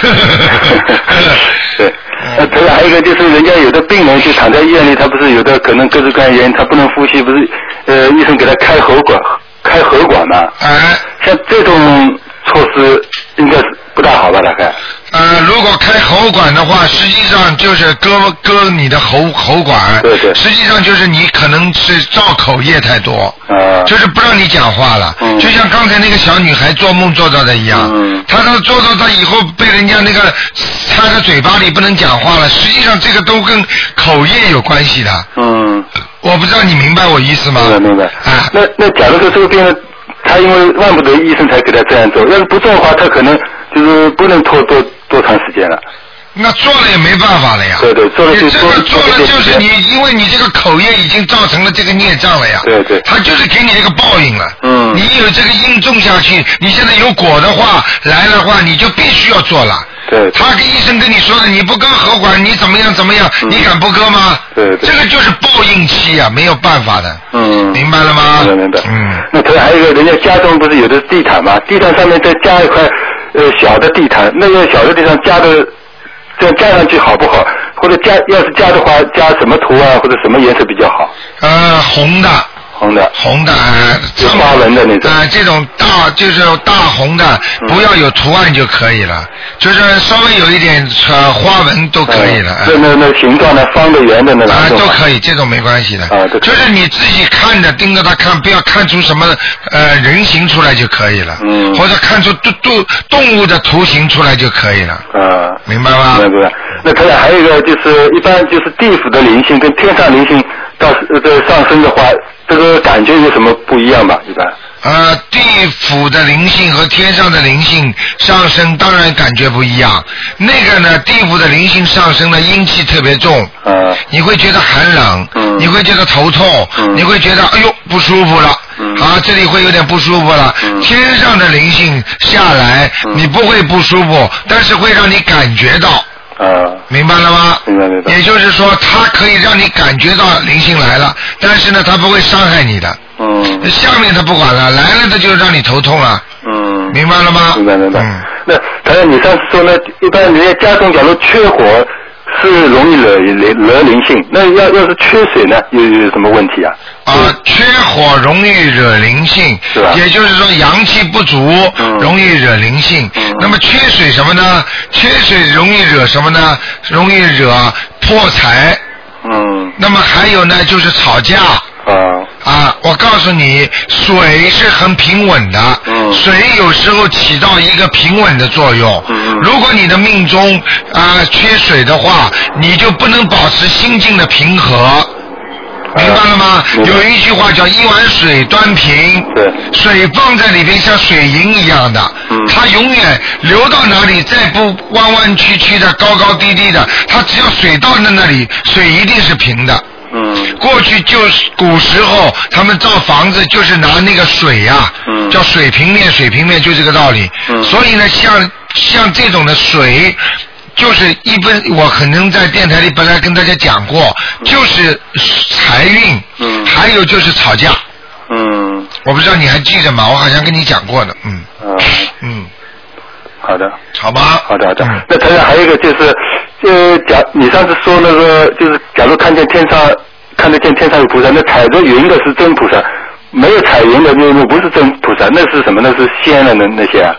Speaker 5: 对，那还有还有一个就是，人家有的病人就躺在医院里，他不是有的可能各式各样的原因，他不能呼吸，不是呃医生给他开喉管，开喉管嘛。
Speaker 1: 哎，
Speaker 5: 像这种措施应该是不大好吧？大概。
Speaker 1: 呃，如果开喉管的话，实际上就是割割你的喉喉管，
Speaker 5: 对对
Speaker 1: 实际上就是你可能是造口业太多，
Speaker 5: 啊、
Speaker 1: 就是不让你讲话了，
Speaker 5: 嗯
Speaker 1: 就像刚才那个小女孩做梦做到的一样，
Speaker 5: 嗯
Speaker 1: 她她做到她以后被人家那个插在嘴巴里不能讲话了，实际上这个都跟口业有关系的，
Speaker 5: 嗯。
Speaker 1: 我不知道你明白我意思吗？
Speaker 5: 明白明白。
Speaker 1: 啊，
Speaker 5: 那那假如说这个病人，他因为万不得医生才给他这样做，要是不做的话，他可能就是不能拖多多长时间了。
Speaker 1: 那做了也没办法了呀。
Speaker 5: 对对做了就
Speaker 1: 你这个做
Speaker 5: 做
Speaker 1: 了
Speaker 5: 了就
Speaker 1: 就是你，因为你这个口业已经造成了这个孽障了呀。
Speaker 5: 对对
Speaker 1: 他就是给你这个报应了。
Speaker 5: 嗯
Speaker 1: 你有这个因种下去，你现在有果的话来的话，你就必须要做了。
Speaker 5: 对
Speaker 1: 他跟医生跟你说的，你不割喉管，你怎么样怎么样，
Speaker 5: 嗯
Speaker 1: 你敢不割吗？
Speaker 5: 对对
Speaker 1: 这个就是报应期呀、没有办法的。
Speaker 5: 嗯
Speaker 1: 明白了吗？
Speaker 5: 明白明白。
Speaker 1: 嗯。
Speaker 5: 那头还有一个，人家家中不是有的地毯嘛？地毯上面再加一块呃小的地毯，那个小的地毯加的这样加上去好不好？或者加要是加的话，加什么图啊，或者什么颜色比较好？
Speaker 1: 呃，红的。
Speaker 5: 红的。
Speaker 1: 红的，呃
Speaker 5: 有
Speaker 1: 上
Speaker 5: 花纹的那种
Speaker 1: 呃，这种大就是大红的，
Speaker 5: 嗯
Speaker 1: 不要有图案就可以了，就是稍微有一点呃花纹都可以了。
Speaker 5: 嗯
Speaker 1: 啊、
Speaker 5: 那那那形状的，方的、圆的那
Speaker 1: 啊
Speaker 5: 哪，种
Speaker 1: 都
Speaker 5: 好？
Speaker 1: 可以，这种没关系的。
Speaker 5: 啊都可以
Speaker 1: 就是你自己看着，盯着它看，不要看出什么呃人形出来就可以了。
Speaker 5: 嗯
Speaker 1: 或者看出动动动物的图形出来就可以了，
Speaker 5: 啊。
Speaker 1: 明白吗？
Speaker 5: 明白明白。那可能还有一个就是，一般就是地府的灵性跟天上灵性到呃这个上升的话，这个感觉有什么不一样吧？一般。
Speaker 1: 呃，地府的灵性和天上的灵性上升，当然感觉不一样。那个呢，地府的灵性上升呢，阴气特别重，
Speaker 5: 啊。
Speaker 1: 你会觉得寒冷，
Speaker 5: 嗯
Speaker 1: 你会觉得头痛，
Speaker 5: 嗯
Speaker 1: 你会觉得哎呦不舒服了，
Speaker 5: 嗯
Speaker 1: 啊这里会有点不舒服了。
Speaker 5: 嗯
Speaker 1: 天上的灵性下来，
Speaker 5: 嗯
Speaker 1: 你不会不舒服，但是会让你感觉到，
Speaker 5: 啊。
Speaker 1: 明白了吗？
Speaker 5: 明白明白
Speaker 1: 也就是说，它可以让你感觉到灵性来了，但是呢，它不会伤害你的。
Speaker 5: 嗯
Speaker 1: 下面他不管了，来了他就让你头痛了，
Speaker 5: 嗯。
Speaker 1: 明白了吗？
Speaker 5: 明白明白
Speaker 1: 嗯。
Speaker 5: 那他还有你上次说呢，一般人家家中假如缺火是容易惹惹惹灵性，那要要是缺水呢，又有什么问题啊？
Speaker 1: 啊，缺火容易惹灵性
Speaker 5: 是吧，
Speaker 1: 也就是说阳气不足、
Speaker 5: 嗯
Speaker 1: 容易惹灵性。那么缺水什么呢？缺水容易惹什么呢？容易惹破财。
Speaker 5: 嗯
Speaker 1: 那么还有呢，就是吵架。
Speaker 5: 啊
Speaker 1: 啊，我告诉你，水是很平稳的，
Speaker 5: 嗯
Speaker 1: 水有时候起到一个平稳的作用。
Speaker 5: 嗯
Speaker 1: 如果你的命中啊、缺水的话，你就不能保持心境的平和。明白了吗？
Speaker 5: 啊明白
Speaker 1: 有一句话叫“一碗水端平”，
Speaker 5: 对
Speaker 1: 水放在里边像水银一样的，
Speaker 5: 嗯
Speaker 1: 它永远流到哪里，再不弯弯曲曲的、高高低低的，它只要水到那那里，水一定是平的。
Speaker 5: 嗯
Speaker 1: 过去就是古时候，他们造房子就是拿那个水呀、
Speaker 5: 嗯
Speaker 1: 叫水平面，水平面就这个道理。
Speaker 5: 嗯
Speaker 1: 所以呢，像像这种的水，就是一般我可能在电台里本来跟大家讲过，就是财运，
Speaker 5: 嗯
Speaker 1: 还有就是吵架。
Speaker 5: 嗯
Speaker 1: 我不知道你还记着吗？我好像跟你讲过的，嗯
Speaker 5: 啊，
Speaker 1: 嗯，
Speaker 5: 好的。
Speaker 1: 好吗？
Speaker 5: 好的好的
Speaker 1: 嗯。
Speaker 5: 那台长还有一个就是，呃，假你上次说那个就是，假如看见天上看得见天上有菩萨，那踩着云的是真菩萨，没有踩云的那那不是真菩萨，那是什么？那是仙人的那些啊。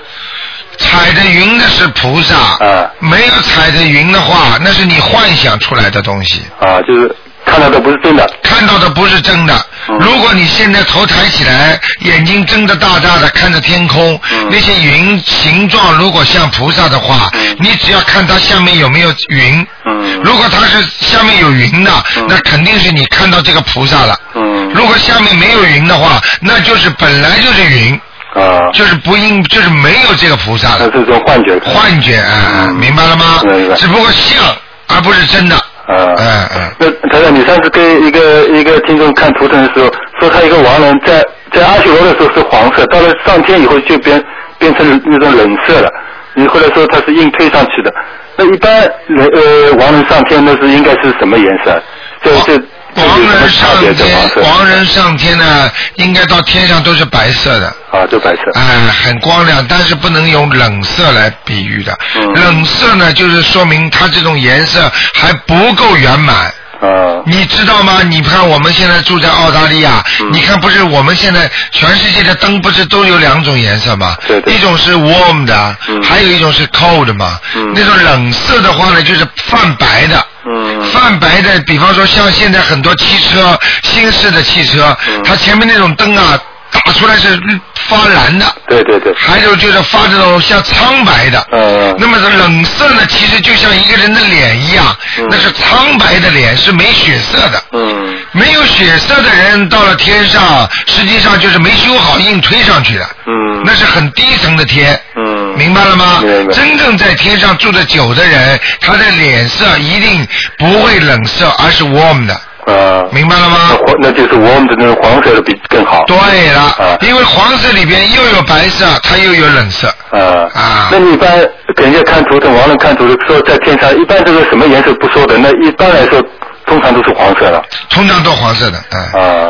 Speaker 1: 踩着云的是菩萨，
Speaker 5: 嗯
Speaker 1: 没有踩着云的话，那是你幻想出来的东西。
Speaker 5: 啊，就是看到的不是真的。
Speaker 1: 看到的不是真的。
Speaker 5: 嗯
Speaker 1: 如果你现在头抬起来，眼睛睁得大大的看着天空，
Speaker 5: 嗯
Speaker 1: 那些云形状如果像菩萨的话，
Speaker 5: 嗯
Speaker 1: 你只要看它下面有没有云。
Speaker 5: 嗯
Speaker 1: 如果它是下面有云的，
Speaker 5: 嗯
Speaker 1: 那肯定是你看到这个菩萨了。
Speaker 5: 嗯
Speaker 1: 如果下面没有云的话，那就是本来就是云，
Speaker 5: 啊，
Speaker 1: 就是不应，就是没有这个菩萨
Speaker 5: 那
Speaker 1: 了。
Speaker 5: 是种幻觉。
Speaker 1: 幻觉，啊，
Speaker 5: 嗯
Speaker 1: 明白了吗
Speaker 5: 明白？
Speaker 1: 只不过像，而不是真的。
Speaker 5: 啊。
Speaker 1: 嗯嗯。
Speaker 5: 那台长，你上次跟一个一个听众看图腾的时候，说他一个亡人在在阿修罗的时候是黄色，到了上天以后就变变成那种冷色了。你后来说他是硬推上去的，那一般人呃亡人上天那是应该是什么颜色？这这这
Speaker 1: 王
Speaker 5: 有什么
Speaker 1: 人
Speaker 5: 差别
Speaker 1: 上
Speaker 5: 的黄色
Speaker 1: 天，王人上天呢，应该到天上都是白色的，
Speaker 5: 啊，就白色。
Speaker 1: 哎、很光亮，但是不能用冷色来比喻的。
Speaker 5: 嗯
Speaker 1: 冷色呢，就是说明它这种颜色还不够圆满。
Speaker 5: 啊
Speaker 1: 你知道吗？你看我们现在住在澳大利亚，
Speaker 5: 嗯
Speaker 1: 你看不是我们现在全世界的灯不是都有两种颜色吗？
Speaker 5: 对对
Speaker 1: 一种是 warm 的，
Speaker 5: 嗯
Speaker 1: 还有一种是 cold 嘛。
Speaker 5: 嗯
Speaker 1: 那种冷色的话呢，就是泛白的。
Speaker 5: 嗯
Speaker 1: 泛白的，比方说像现在很多汽车，新式的汽车，
Speaker 5: 嗯
Speaker 1: 它前面那种灯啊，打出来是绿发蓝的，
Speaker 5: 对对对，
Speaker 1: 还有就是发这种像苍白的。
Speaker 5: 嗯
Speaker 1: 那么这冷色呢，其实就像一个人的脸一样，
Speaker 5: 嗯
Speaker 1: 那是苍白的脸，是没血色的。
Speaker 5: 嗯
Speaker 1: 没有血色的人到了天上，实际上就是没修好，硬推上去的。
Speaker 5: 嗯
Speaker 1: 那是很低层的天。
Speaker 5: 嗯
Speaker 1: 明白了吗？
Speaker 5: 明白
Speaker 1: 真正在天上住的久的人，他的脸色一定不会冷色，而是 warm 的，
Speaker 5: 啊，
Speaker 1: 明白了吗？
Speaker 5: 那黄那就是我们的那种黄色的比更好。
Speaker 1: 对了
Speaker 5: 啊，
Speaker 1: 因为黄色里边又有白色，它又有冷色。
Speaker 5: 啊
Speaker 1: 啊
Speaker 5: 那你一般给人家看图腾，亡人看图腾说在天上，一般这个什么颜色不说的，那一般来说通常都是黄色了。
Speaker 1: 通常都黄色的，嗯，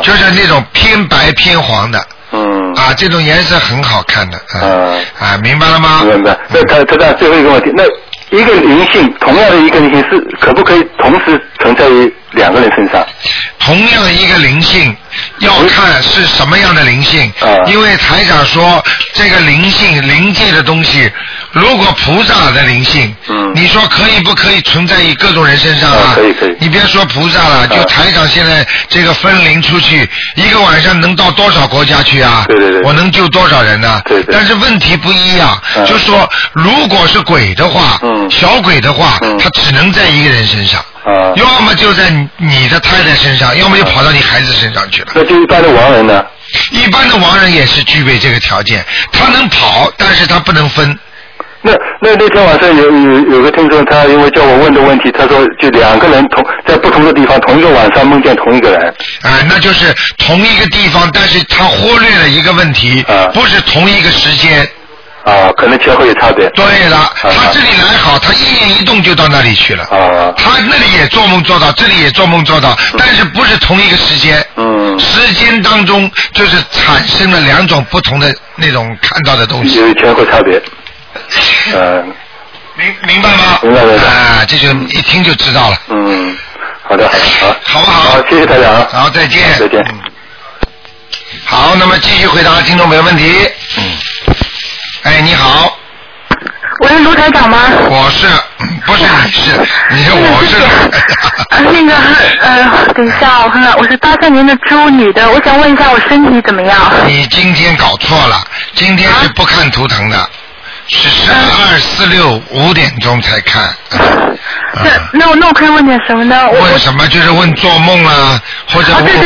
Speaker 5: 啊
Speaker 1: 就是那种偏白偏黄的，
Speaker 5: 嗯
Speaker 1: 啊，这种颜色很好看的，嗯，啊，明白了吗？
Speaker 5: 明白。那他他那最后一个问题，那一个灵性，同样的一个灵性是可不可以同时存在于两个人身上？
Speaker 1: 同样的一个灵性，要看是什么样的灵性
Speaker 5: 嗯啊，
Speaker 1: 因为台长说这个灵性灵界的东西，如果菩萨的灵性
Speaker 5: 嗯，
Speaker 1: 你说可以不可以存在于各种人身上啊
Speaker 5: 啊？可以可以啊
Speaker 1: 你别说菩萨了，就台长现在这个分灵出去，一个晚上能到多少国家去啊？
Speaker 5: 对对对
Speaker 1: 我能救多少人呢？
Speaker 5: 对对
Speaker 1: 但是问题不一样
Speaker 5: 嗯，
Speaker 1: 就说如果是鬼的话，
Speaker 5: 嗯
Speaker 1: 小鬼的话
Speaker 5: 嗯，
Speaker 1: 他只能在一个人身上。
Speaker 5: 啊，
Speaker 1: 要么就在你的太太身上，要么就跑到你孩子身上去了。
Speaker 5: 那就一般的亡人呢？
Speaker 1: 一般的亡人也是具备这个条件，他能跑，但是他不能分。
Speaker 5: 那那那天晚上有有有个听众，他因为叫我问的问题，他说就两个人同在不同的地方，同一个晚上梦见同一个人。
Speaker 1: 啊、那就是同一个地方，但是他忽略了一个问题，
Speaker 5: 啊
Speaker 1: 不是同一个时间。
Speaker 5: 啊，可能前后有差别。
Speaker 1: 对了，
Speaker 5: 啊
Speaker 1: 他这里来好，他一言一动就到那里去了。
Speaker 5: 啊，
Speaker 1: 他那里也做梦做到，这里也做梦做到，但是不是同一个时间。
Speaker 5: 嗯，
Speaker 1: 时间当中就是产生了两种不同的那种看到的东西。 <laughs>
Speaker 5: 有前后差别。嗯，
Speaker 1: 明明白吗？
Speaker 5: 明白明白
Speaker 1: 啊，这就一听就知道了，
Speaker 5: 嗯，好的好的
Speaker 1: 好
Speaker 5: 好，
Speaker 1: 不好？
Speaker 5: 好，谢谢台长啊，
Speaker 1: 好，再见。
Speaker 5: 再见
Speaker 1: 嗯。好，那么继续回答听众朋友问题。嗯。哎，你好，
Speaker 6: 喂，卢台长吗？
Speaker 1: 我是，嗯不是你是，你是我
Speaker 6: 呃
Speaker 1: 是。
Speaker 6: 那个呃，等一下，我看看，我是八三年的猪女的，我想问一下我身体怎么样？
Speaker 1: 你今天搞错了，今天是不看图腾的，是十
Speaker 6: 啊
Speaker 1: 二四六五点钟才看。嗯
Speaker 6: 那那我那我可以问点什么呢？啊我
Speaker 1: 问
Speaker 6: 我
Speaker 1: 什么？就是问做梦啊，或者
Speaker 6: 啊对
Speaker 1: 问、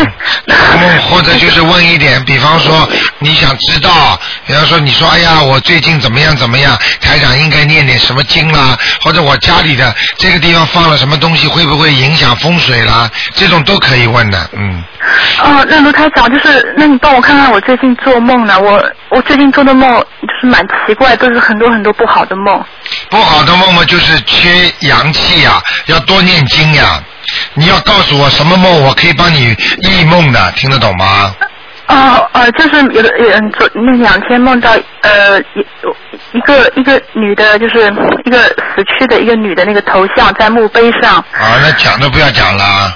Speaker 6: 对
Speaker 1: 梦，或者就是问一点，比方说你想知道，比方说你说哎呀，我最近怎么样怎么样，台长应该念点什么经啦、或者我家里的这个地方放了什么东西，会不会影响风水啦？这种都可以问的，嗯。
Speaker 6: 哦，那卢台长就是，那你帮我看看我最近做梦呢？我我最近做的梦就是蛮奇怪，都是很多很多不好的梦。
Speaker 1: 不好的梦嘛，就是缺阳气呀、要多念经呀、你要告诉我什么梦，我可以帮你译梦的，听得懂吗？
Speaker 6: 哦呃，就是有的嗯，昨那两天梦到呃一一个一个女的，就是一个死去的一个女的那个头像在墓碑上，
Speaker 1: 啊，那讲都不要讲了。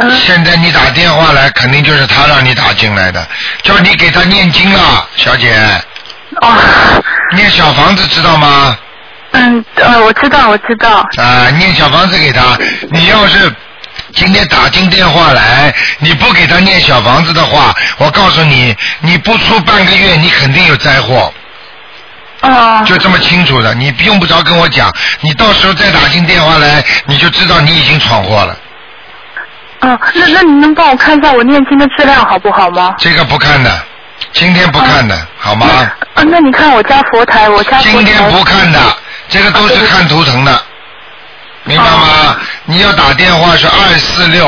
Speaker 6: 嗯、
Speaker 1: 现在你打电话来，肯定就是他让你打进来的，叫你给他念经啊，小姐，
Speaker 6: 哦，
Speaker 1: 念小房子知道吗？
Speaker 6: 嗯呃，我知道我知道，
Speaker 1: 啊，念小房子给他。你要是今天打进电话来，你不给他念小房子的话，我告诉你，你不出半个月，你肯定有灾祸，
Speaker 6: 哦
Speaker 1: 就这么清楚的。你用不着跟我讲，你到时候再打进电话来，你就知道你已经闯祸了。
Speaker 6: 哦，那那你能帮我看一下我念经的质量好不好吗？
Speaker 1: 这个不看的，今天不看的，好吗？
Speaker 6: 啊，那你看我啊家佛台，我家佛
Speaker 1: 今天不
Speaker 6: 台，
Speaker 1: 看的，这个都是看图腾的，明白吗？
Speaker 6: 啊
Speaker 1: 你要打电话是二四六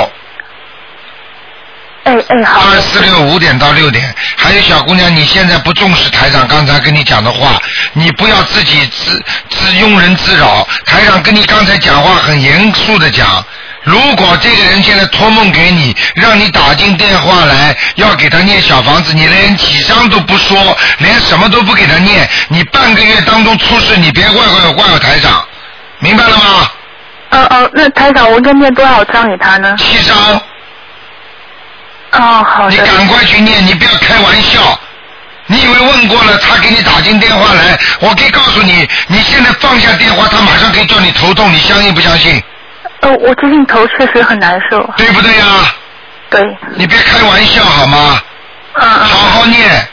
Speaker 6: 哎哎好
Speaker 1: 二四六五点到六点。还有小姑娘，你现在不重视台长刚才跟你讲的话，你不要自己自自庸人自扰。台长跟你刚才讲话很严肃的讲。如果这个人现在托梦给你，让你打进电话来，要给他念小房子，你连几张都不说，连什么都不给他念，你半个月当中出事，你别怪怪怪我台长，明白了吗？
Speaker 6: 哦哦，那台长，我应该念多少章给他呢？
Speaker 1: 七张。
Speaker 6: 哦，好
Speaker 1: 你
Speaker 6: 的。
Speaker 1: 赶快去念，你不要开玩笑。你以为问过了，他给你打进电话来，我可以告诉你，你现在放下电话，他马上可以叫你头痛，你相信不相信？
Speaker 6: 呃，我最近头确实很难受。
Speaker 1: 对不对呀、
Speaker 6: 对，
Speaker 1: 你别开玩笑好吗？
Speaker 6: 嗯
Speaker 1: 好
Speaker 6: 嗯
Speaker 1: 好念，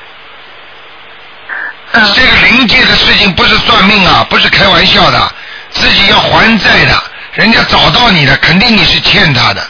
Speaker 6: 嗯，
Speaker 1: 这个灵界的事情不是算命啊，不是开玩笑的，自己要还债的，人家找到你的，肯定你是欠他的，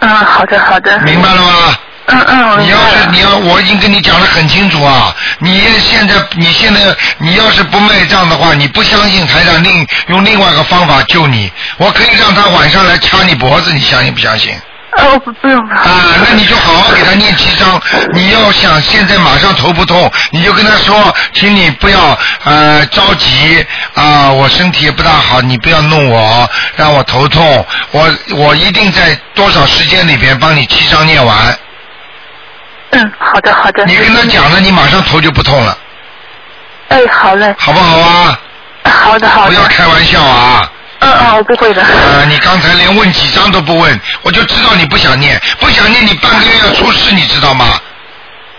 Speaker 6: 嗯，好的好的。
Speaker 1: 明白了吗？
Speaker 6: 嗯嗯，我
Speaker 1: 你
Speaker 6: 明
Speaker 1: 要
Speaker 6: 白
Speaker 1: 是
Speaker 6: 了。
Speaker 1: 你要，我已经跟你讲的很清楚啊！你现在你现在你要是不卖账的话，你不相信台长另用另外一个方法救你，我可以让他晚上来掐你脖子，你相信不相信？
Speaker 6: 哦，不不用。
Speaker 1: 啊，那你就好好给他念七章。你要想现在马上头不痛，你就跟他说，请你不要呃着急啊、我身体也不大好，你不要弄我，让我头痛。我我一定在多少时间里边帮你七章念完。
Speaker 6: 嗯，好的好的。
Speaker 1: 你跟他讲了，你马上头就不痛了，
Speaker 6: 哎，好嘞，
Speaker 1: 好不好啊？
Speaker 6: 好的好
Speaker 1: 不
Speaker 6: 的
Speaker 1: 要。开玩笑啊！
Speaker 6: 嗯嗯，我不会的。
Speaker 1: 呃，你刚才连问几张都不问，我就知道你不想念，不想念你半个月要出事，你知道吗？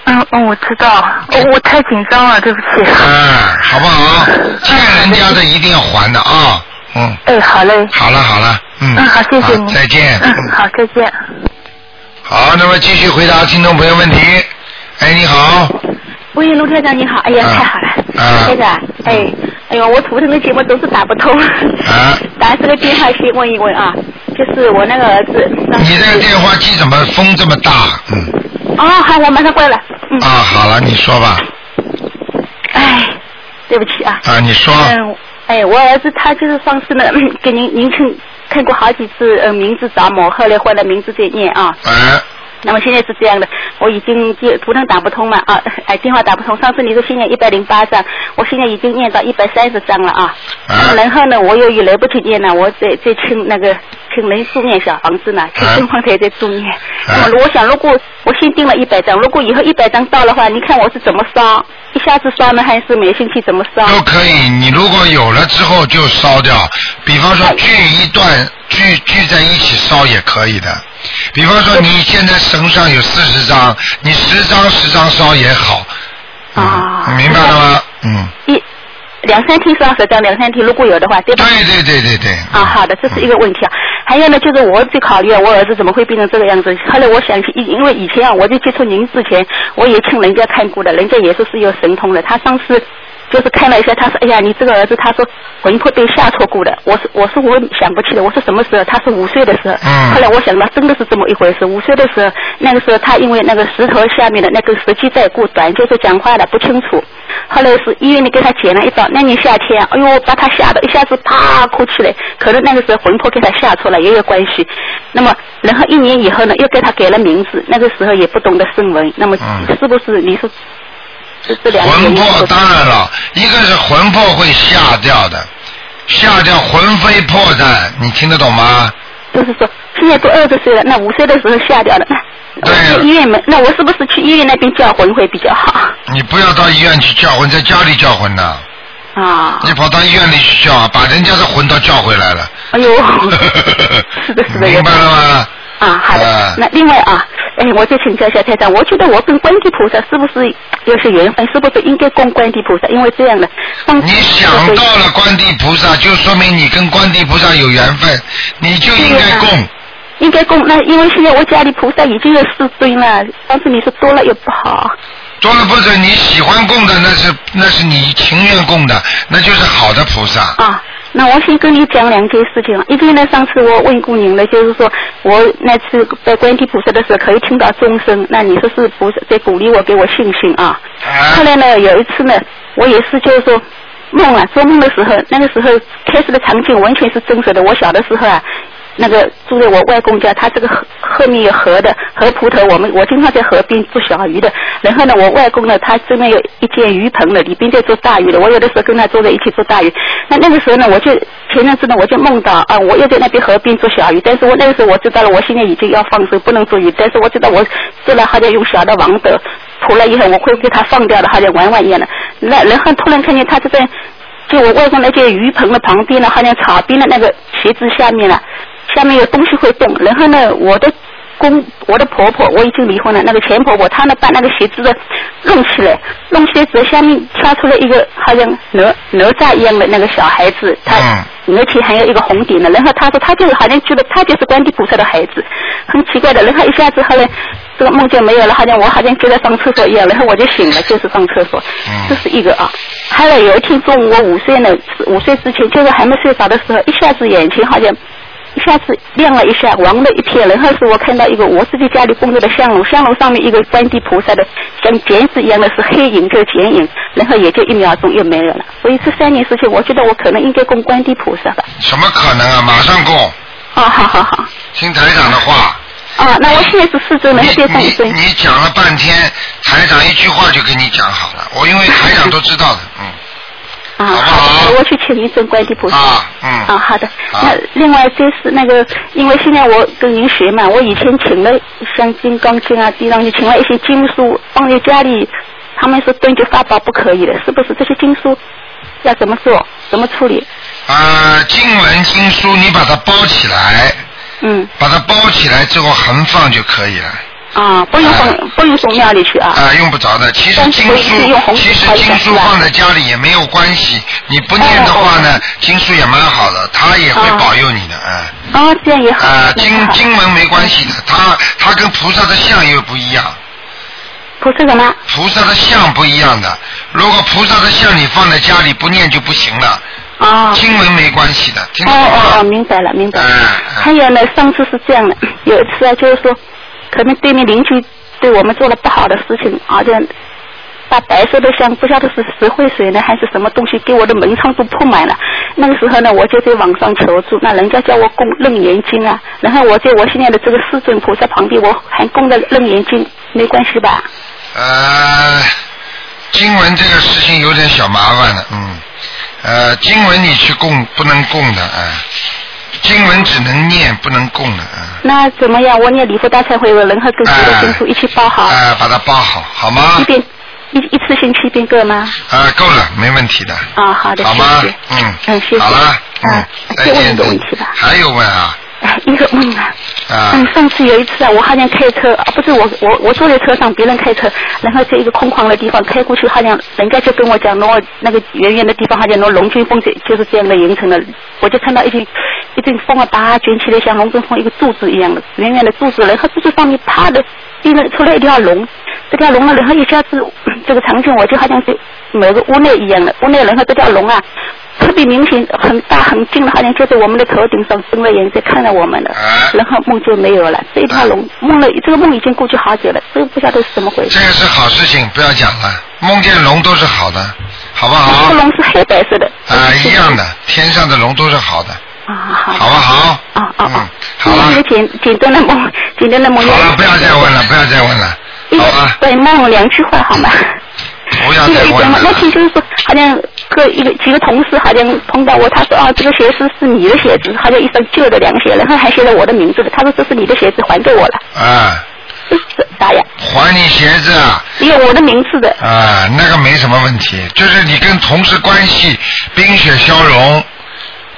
Speaker 6: 嗯嗯，我知道，我我太紧张了，对不起。
Speaker 1: 嗯，好不
Speaker 6: <laughs>
Speaker 1: 好？欠人家的一定要还的啊！嗯，
Speaker 6: 哎，好嘞。
Speaker 1: 好了好了，嗯，
Speaker 6: 嗯，好，谢谢您。
Speaker 1: 再见。
Speaker 6: 嗯，好，再见。
Speaker 1: 好，那么继续回答听众朋友问题。哎，你好，
Speaker 2: 喂，卢台长你好，哎呀，
Speaker 1: 啊
Speaker 2: 太好了，
Speaker 1: 啊
Speaker 2: 台长，哎，哎呦，我图腾的节目总是打不通，
Speaker 1: 啊，
Speaker 6: 嗯
Speaker 2: 打这个电话先问一问啊，就是我那个儿子，
Speaker 1: 你这个电话机怎么风这么大？嗯，
Speaker 2: 哦，好，我马上挂了，嗯，
Speaker 1: 啊，好了，你说吧，
Speaker 2: 哎，对不起啊，
Speaker 1: 啊，你说，
Speaker 2: 嗯，哎，我儿子他就是上次呢， <coughs> 给您您看看过好几次，呃，名字着魔，后来换了名字再念啊，
Speaker 1: 哎，
Speaker 2: 那么现在是这样的，我已经电图腾打不通嘛啊，哎电话打不通。上次你说先念一百零八章，我现在已经念到一百三十章了啊。
Speaker 6: 嗯
Speaker 2: 然后呢，我由于来不及念呢，我在在请那个请人助念小房子呢，请
Speaker 1: 啊
Speaker 2: 东方台在助念。那么我想，如果我先定了一百张，如果以后一百张到的话，你看我是怎么烧？一下子烧呢，还是每星期怎么烧？
Speaker 1: 都可以。你如果有了之后就烧掉，比方说聚一段聚聚在一起烧也可以的。比方说你现在绳上有四十张，你十张十张烧也好，
Speaker 2: 啊，
Speaker 1: 明白了吗？嗯，
Speaker 2: 两三天烧十张，两三天如果有的话，对吧？
Speaker 1: 对对对对对，
Speaker 2: 啊，好的，这是一个问题啊。还有呢，就是我最考虑我儿子怎么会变成这个样子。后来我想起，因因为以前啊，我在接触您之前，我也请人家看过的，人家也说是有神通的。他上次就是看了一下，他说：“哎呀，你这个儿子，他说魂魄被吓错过的。”我说：“我说我想不起来，我说什么时候？他说五岁的时候。
Speaker 1: 嗯
Speaker 2: 后来我想到，真的是这么一回事。五岁的时候，那个时候他因为那个石头下面的那个舌系带过短，就是讲话的不清楚。后来是医院里给他剪了一刀，那年夏天，哎呦，把他吓得一下子啪哭起来，可能那个时候魂魄给他吓出来也有关系。那么，然后一年以后呢，又给他改了名字，那个时候也不懂得声纹，那么
Speaker 1: 嗯
Speaker 2: 是不是你说这这两个原
Speaker 1: 魂
Speaker 2: 因是
Speaker 1: 魄
Speaker 2: 不是
Speaker 1: 当然了，一个是魂魄会下掉的，下掉魂飞魄散，你听得懂吗？
Speaker 2: 就是说现在都二十岁了，那五岁的时候吓掉了，那
Speaker 1: 对啊
Speaker 2: 那医院门，那我是不是去医院那边叫魂会比较好
Speaker 1: 你不要到医院去叫魂，在家里叫魂呐，
Speaker 2: 啊？
Speaker 1: 你跑到医院里去叫，啊把人家的魂都叫回来了。
Speaker 2: 哎 <laughs> 呦，是的，是的，有
Speaker 1: <laughs> 明白了吗？
Speaker 2: 啊，好的。
Speaker 1: 啊
Speaker 2: 那另外啊，哎，我再请教一下台长，我觉得我跟观世菩萨是不是有些缘分？是不是应该供观世菩萨？因为这样的，上次
Speaker 1: 你想到了观地菩萨，就说明你跟观地菩萨有缘分，你就应该
Speaker 2: 啊
Speaker 1: 供。
Speaker 2: 应该供那，因为现在我家里菩萨已经有四尊了，上次你说多了又不好。
Speaker 1: 多了不准你喜欢供的，那是那是你情愿供的，那就是好的菩萨。
Speaker 2: 啊，那我先跟你讲两件事情。一个呢，上次我问过您了，就是说我那次在观地菩萨的时候可以听到钟声，那你说是菩萨在鼓励我，给我信心啊。
Speaker 1: 啊
Speaker 2: 后来呢，有一次呢，我也是就是说梦啊，做梦的时候，那个时候开始的场景完全是真实的。我小的时候啊。那个住在我外公家，他这个河后面有河的，河葡萄，我们我经常在河边做小鱼的。然后呢，我外公呢，他这边有一间鱼棚的，里边在做大鱼的。我有的时候跟他坐在一起做大鱼。那那个时候呢，我就前阵子呢，我就梦到啊，我又在那边河边做小鱼，但是我那个时候我知道了，我现在已经要放手，不能做鱼，但是我知道我做了好像用小的网斗涂了以后，我会给它放掉的，好像玩玩一样的。那然后突然看见他就在就我外公那间鱼棚的旁边呢，好像草边的那个鞋子下面了，下面有东西会动。然后呢，我的公，我的婆婆，我已经离婚了，那个前婆婆，她呢把那个鞋子的弄起来，弄起来之后下面掐出来一个好像哪哪吒一样的那个小孩子，他。
Speaker 1: 嗯
Speaker 2: 而且还有一个红点的。然后他说他就是好像觉得他就是观地菩萨的孩子，很奇怪的。然后一下子后来这个梦就没有了，好像我好像就在上厕所一样，然后我就醒了，就是上厕所。
Speaker 1: 嗯
Speaker 2: 这是一个啊。还有有一天中午我五岁呢，五岁之前就是还没睡着的时候，一下子眼睛好像。一下子亮了一下，黄了一片。然后是我看到一个我自己家里供着的香炉，香炉上面一个观地菩萨的像剪纸一样的是黑影，就是剪影，然后也就一秒钟又没有了。所以这三件事情，我觉得我可能应该供观地菩萨吧。
Speaker 1: 什么可能啊？马上供，
Speaker 2: 啊，好好好。
Speaker 1: 听台长的话。
Speaker 2: 啊，那我现在是四尊，然后
Speaker 1: 你
Speaker 2: 再上一
Speaker 1: 你
Speaker 2: 尊。
Speaker 1: 你讲了半天，台长一句话就跟你讲好了，我因为台长都知道的，嗯，好
Speaker 2: 啊，
Speaker 1: 不好
Speaker 2: 好的，我去请一尊观地菩萨。
Speaker 1: 啊，嗯，
Speaker 2: 啊，好的。
Speaker 1: 好
Speaker 2: 那另外就是那个，因为现在我跟您学嘛，我呃以前请了像《金刚经》啊、《地藏经》，请了一些经书，放在家里，他们说根据法宝不可以的，是不是？这些经书要怎么做，怎么处理？
Speaker 1: 呃，经文经书你把它包起来，
Speaker 2: 嗯，
Speaker 1: 把它包起来之后横放就可以了，
Speaker 2: 啊，不用送，
Speaker 1: 啊
Speaker 2: 不用送庙里去啊。
Speaker 1: 啊、用不着的。其实
Speaker 2: 但是
Speaker 1: 经
Speaker 2: 我一直用
Speaker 1: 书，
Speaker 2: 红
Speaker 1: 其
Speaker 2: 纸
Speaker 1: 实
Speaker 2: 包一
Speaker 1: 经
Speaker 2: 下
Speaker 1: 书
Speaker 2: 是吧
Speaker 1: 放在家里也没有关系，你不念的话呢，经书也蛮好的，它也会
Speaker 2: 啊
Speaker 1: 保佑你的，啊、
Speaker 2: 哦啊，这样也好。
Speaker 1: 啊，
Speaker 2: 那
Speaker 1: 经
Speaker 2: 好
Speaker 1: 经文没关系的，它它跟菩萨的像又不一样。
Speaker 2: 菩萨什么？
Speaker 1: 菩萨的像不一样的，如果菩萨的像你放在家里不念就不行了，
Speaker 2: 啊。
Speaker 1: 经文没关系的，听
Speaker 2: 哦
Speaker 1: 得懂
Speaker 2: 哦哦，
Speaker 1: 吗？
Speaker 2: 明白了明白了。
Speaker 1: 嗯
Speaker 2: 还有呢，上次是这样
Speaker 6: <coughs>
Speaker 2: 的，有一次啊，就是说，可能对面邻居对我们做了不好的事情，而且
Speaker 6: 把白色的像不晓得是石灰水呢还是什么东西给我的门窗都铺满了。那个时候呢，我就在网上求助，那人家叫我供楞严经啊，然后我在我现在的这个世尊菩萨旁边，我还供了楞严经，没关系吧？
Speaker 1: 呃，经文这个事情有点小麻烦了，嗯，呃，经文你去供不能供的啊，经文只能念不能供的啊，
Speaker 6: 那怎么样？我念礼佛大忏悔文，然后跟所有经书一起包好，
Speaker 1: 啊，把它包好，好吗
Speaker 6: 一？遍一一次性七遍够吗？
Speaker 1: 啊，够了，没问题的，
Speaker 6: 啊、好的，
Speaker 1: 好吗
Speaker 6: 谢谢。？
Speaker 1: 嗯，
Speaker 6: 嗯，谢谢。
Speaker 1: 好了，嗯
Speaker 6: 啊，，
Speaker 1: 再
Speaker 6: 再问
Speaker 1: 见
Speaker 6: 一个问题吧。
Speaker 1: 还有问啊？
Speaker 6: 哎一个问啊，
Speaker 1: 啊
Speaker 6: 嗯，上次有一次啊，我好像开车，啊、不是我我我坐在车上，别人开车，然后在一个空旷的地方开过去，好像人家就跟我讲，喏，那个远远的地方好像喏龙卷风这就是这样的形成的，我就看到一阵一阵风啊，把它卷起来，像龙卷风一个柱子一样的，远远的柱子，然后柱子上面啪的飞了出来一条龙，这条龙呢，然后一下子 <coughs> 这个场景我就好像是某个屋内一样的，屋内然后这条龙啊。特别明显，很大很近的，好像就在我们的头顶上睁了眼在看着我们了。
Speaker 1: 啊
Speaker 6: 然后梦就没有了。这一条龙梦了，这个梦已经过去好久了，这个不晓得是怎么回
Speaker 1: 这
Speaker 6: 事。
Speaker 1: 个哎是好事情，不要讲了。梦见龙都是好的，好不
Speaker 6: 这
Speaker 1: 好
Speaker 6: 个？龙是黑白色的。
Speaker 1: 啊，一样的，天上的龙都是好的，
Speaker 6: 啊，好。
Speaker 1: 好不好？
Speaker 6: 啊啊
Speaker 1: 嗯
Speaker 6: 啊！，
Speaker 1: 好了
Speaker 6: 一，个简简单的梦，简单的梦。
Speaker 1: 好了，不要再问了，不要再问了，
Speaker 6: 一个
Speaker 1: 好吧？
Speaker 6: 对梦两句话好吗？
Speaker 1: 不
Speaker 6: <laughs>
Speaker 1: 要
Speaker 6: 一
Speaker 1: 再
Speaker 6: 个一个
Speaker 1: 问
Speaker 6: 梦，那天
Speaker 1: 了。
Speaker 6: 就是说，好像个一个几个同事好像碰到我，他说啊，这个鞋子是你的鞋子，好像一双旧的凉鞋，然后还写了我的名字的，他说这是你的鞋子，还给我了，哎
Speaker 1: 啊，
Speaker 6: 这是啥呀？
Speaker 1: 还你鞋子啊！
Speaker 6: 也有我的名字的，
Speaker 1: 啊，那个没什么问题，就是你跟同事关系冰雪消融。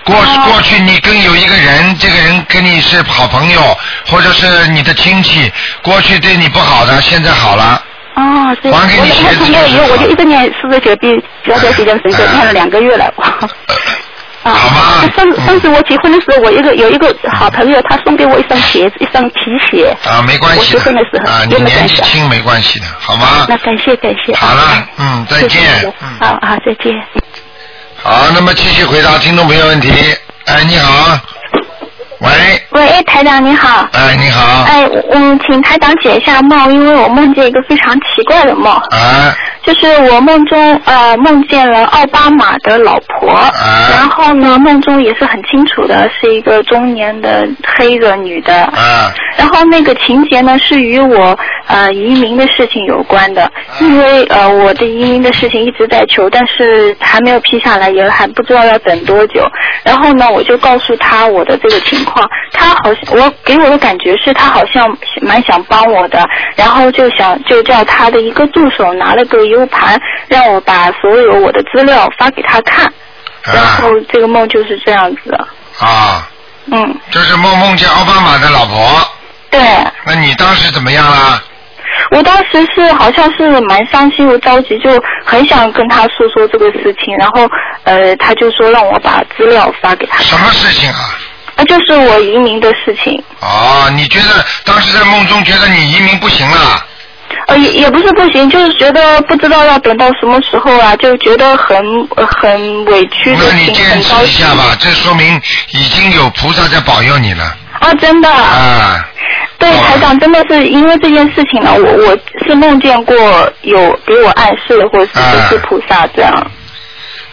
Speaker 1: 过
Speaker 6: 哦
Speaker 1: 过去你跟有一个人，这个人跟你是好朋友，或者是你的亲戚，过去对你不好的，现在好了。
Speaker 6: 哦，对，我
Speaker 1: 还给你鞋子
Speaker 6: 我
Speaker 1: 就是
Speaker 6: 以后我就一直念四十九遍消灾吉祥神咒，
Speaker 1: 哎
Speaker 6: 念了两个
Speaker 1: <laughs>
Speaker 6: 月了。啊
Speaker 1: 好吧
Speaker 6: 上
Speaker 1: 嗯
Speaker 6: 上次我结婚的时候，我一个有一个好朋友，他送给我一双鞋子，一双皮鞋。
Speaker 1: 啊，没关系
Speaker 6: 我结婚的时
Speaker 1: 的，
Speaker 6: 候
Speaker 1: 啊，你
Speaker 6: 有没有
Speaker 1: 年纪
Speaker 6: 关系
Speaker 1: 轻没关系的，好吗
Speaker 6: 那？感谢感谢。
Speaker 1: 好了
Speaker 6: 啊，
Speaker 1: 嗯，再
Speaker 6: 谢谢
Speaker 1: 见
Speaker 6: 你了，
Speaker 4: 啊
Speaker 1: 嗯，
Speaker 6: 好好，再见。
Speaker 1: 好，那么继续回答听众朋友问题。哎，你好，喂，
Speaker 4: 喂，台长你好。
Speaker 1: 哎，你好，
Speaker 4: 哎，嗯，请台长解一下梦，因为我梦见一个非常奇怪的梦，哎
Speaker 1: 啊，
Speaker 4: 就是我梦中呃梦见了奥巴马的老婆，
Speaker 1: 啊
Speaker 4: 然后呢梦中也是很清楚的是一个中年的黑人女的，
Speaker 1: 啊，
Speaker 4: 然后那个情节呢是与我呃移民的事情有关的，因为呃我的移民的事情一直在求，但是还没有批下来，也还不知道要等多久。然后呢，我就告诉他我的这个情况，他好像我给我的感觉是他好像蛮想帮我的，然后就想就叫他的一个助手拿了个 U 盘，让我把所有我的资料发给他看，然
Speaker 1: 啊
Speaker 4: 后，这个梦就是这样子的，
Speaker 1: 啊，
Speaker 4: 嗯，
Speaker 1: 就是梦梦见奥巴马的老婆，
Speaker 4: 对。
Speaker 1: 那你当时怎么样啦？
Speaker 4: 我当时是好像是蛮伤心又着急，就很想跟他诉说这个事情，然后呃，他就说让我把资料发给他，
Speaker 1: 什么事情啊？
Speaker 4: 那就是我移民的事情，
Speaker 1: 哦，你觉得当时在梦中觉得你移民不行了？
Speaker 4: 呃，也也不是不行，就是觉得不知道要等到什么时候啊，就觉得很、呃很委屈的
Speaker 1: 那你
Speaker 4: 心，
Speaker 1: 坚
Speaker 4: 很
Speaker 1: 持
Speaker 4: 着
Speaker 1: 一
Speaker 4: 急
Speaker 1: 下吧，这说明已经有菩萨在保佑你了
Speaker 4: 啊，真的。
Speaker 1: 啊。
Speaker 4: 对，
Speaker 1: 哇
Speaker 4: 台长真的是因为这件事情呢，我我是梦见过有给我暗示，或者是
Speaker 1: 啊
Speaker 4: 就是菩萨这样。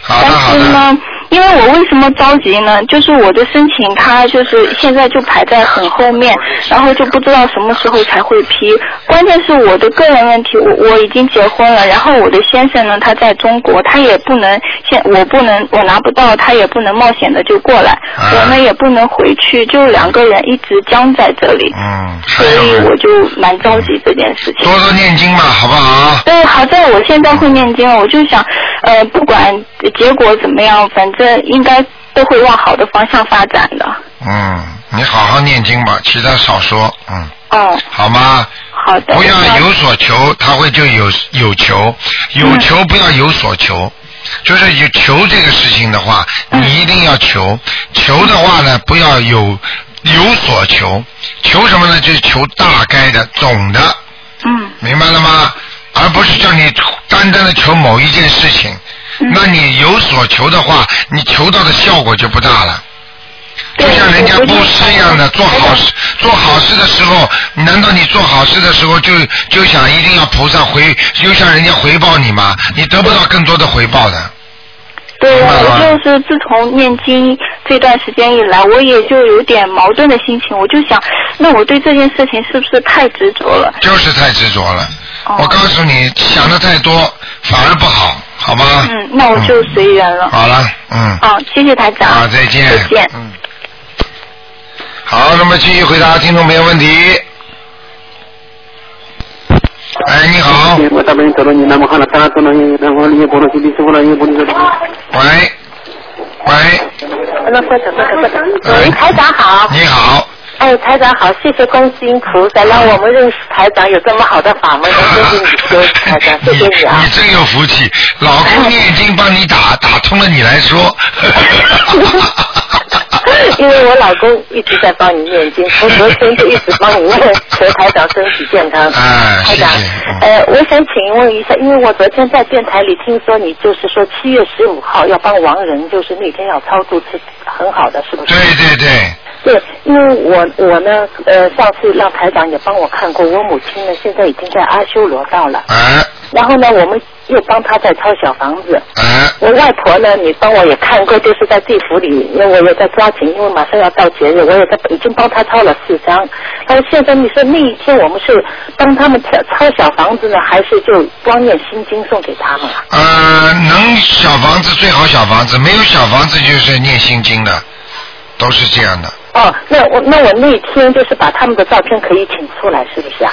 Speaker 1: 好的，
Speaker 4: 但
Speaker 1: 好
Speaker 4: 是
Speaker 1: 的，
Speaker 4: 呢，因为我为什么着急呢？就是我的申请，它就是现在就排在很后
Speaker 1: 哦
Speaker 4: 面，然后就不知道什么时候才会批。关键是我的个人问题，我我已经结婚了，然后我的先生呢，他在中国，他也不能现我不能我拿不到，他也不能冒险的就过来，
Speaker 1: 啊
Speaker 4: 我呢也不能回去，就两个人一直僵在这里，
Speaker 1: 嗯，还
Speaker 4: 所以
Speaker 1: 有
Speaker 4: 我就蛮着急这件事情。
Speaker 1: 多多念经嘛，好不好？
Speaker 4: 对，好在我现在会念经了，我就想，呃，不管结果怎么样，反正应该都会往好的方向发展的。
Speaker 1: 嗯，你好好念经吧，其他少说，嗯，
Speaker 7: 哦
Speaker 4: 嗯，
Speaker 1: 好吗？
Speaker 4: 好的。
Speaker 1: 不要
Speaker 4: 那
Speaker 1: 有所求，他会就有有求，有求不要有所求。就是有求这个事情的话，你一定要求。求的话呢，不要有有所求。求什么呢？就是求大概的、总的。
Speaker 4: 嗯
Speaker 1: 明白了吗？而不是叫你单单的求某一件
Speaker 7: 嗯
Speaker 1: 事情。那你有所求的话，你求到的效果就不大了，就像人家布施一样的，做好事做好事的时候，难道你做好事的时候就就想一定要菩萨回，就像人家回报你吗？你得不到更多的回报的。
Speaker 7: 对呀、
Speaker 1: 明白
Speaker 7: 我
Speaker 1: 了
Speaker 7: 就是自从念经这段时间以来，我也就有点矛盾的心情，我就想，那我对这件事情是不是太执着了？哦
Speaker 1: 就是太执着了。我告诉你，想的太多反而不好，好吗？
Speaker 7: 嗯，那我就随缘了。
Speaker 1: 好了，嗯。
Speaker 7: 啊，谢谢台长。
Speaker 1: 好，再见。
Speaker 7: 再见。
Speaker 1: 嗯。好，那么继续回答听众朋友问题。哎，你好。喂。喂，哎
Speaker 2: 那不等不等不等，喂，哎台长好。
Speaker 1: 你好。
Speaker 2: 哎，台长好，谢谢观世音菩萨让我们认识台长有这么好的法门，
Speaker 1: 啊
Speaker 2: 谢谢你，谢谢台长，谢谢你啊
Speaker 1: <laughs> 你。真有福气，老公念经帮你打打通了，你来
Speaker 2: <laughs>
Speaker 1: 说。啊哎
Speaker 2: 因为我老公一直在帮你念经，从昨天就一直帮你念，求台长身体健康。
Speaker 1: 哎
Speaker 2: 台长，呃，我想请问一下，因为我昨天在电台里听说你就是说七月十五号要帮亡人，就是那天要超度，是很好的，是不是？
Speaker 1: 对对对，
Speaker 2: 对，因为我我呢，呃，上次让台长也帮我看过，我母亲呢现在已经在阿修罗道了。
Speaker 1: 啊。
Speaker 2: 然后呢，我们又帮她在抄小房子。
Speaker 1: 啊。
Speaker 2: 我外婆呢，你帮我也看过，就是在地府里，因为我也在抓紧，因为马上要到节日，我也在已经帮她抄了四张。但是现在你说那一天我们是帮他们抄抄小房子呢，还是就光念心经送给他们啊？
Speaker 1: 呃，能小房子最好小房子，没有小房子就是念心经的，都是这样的。
Speaker 2: 哦，那我那我那天就是把他们的照片可以请出来，是不是啊？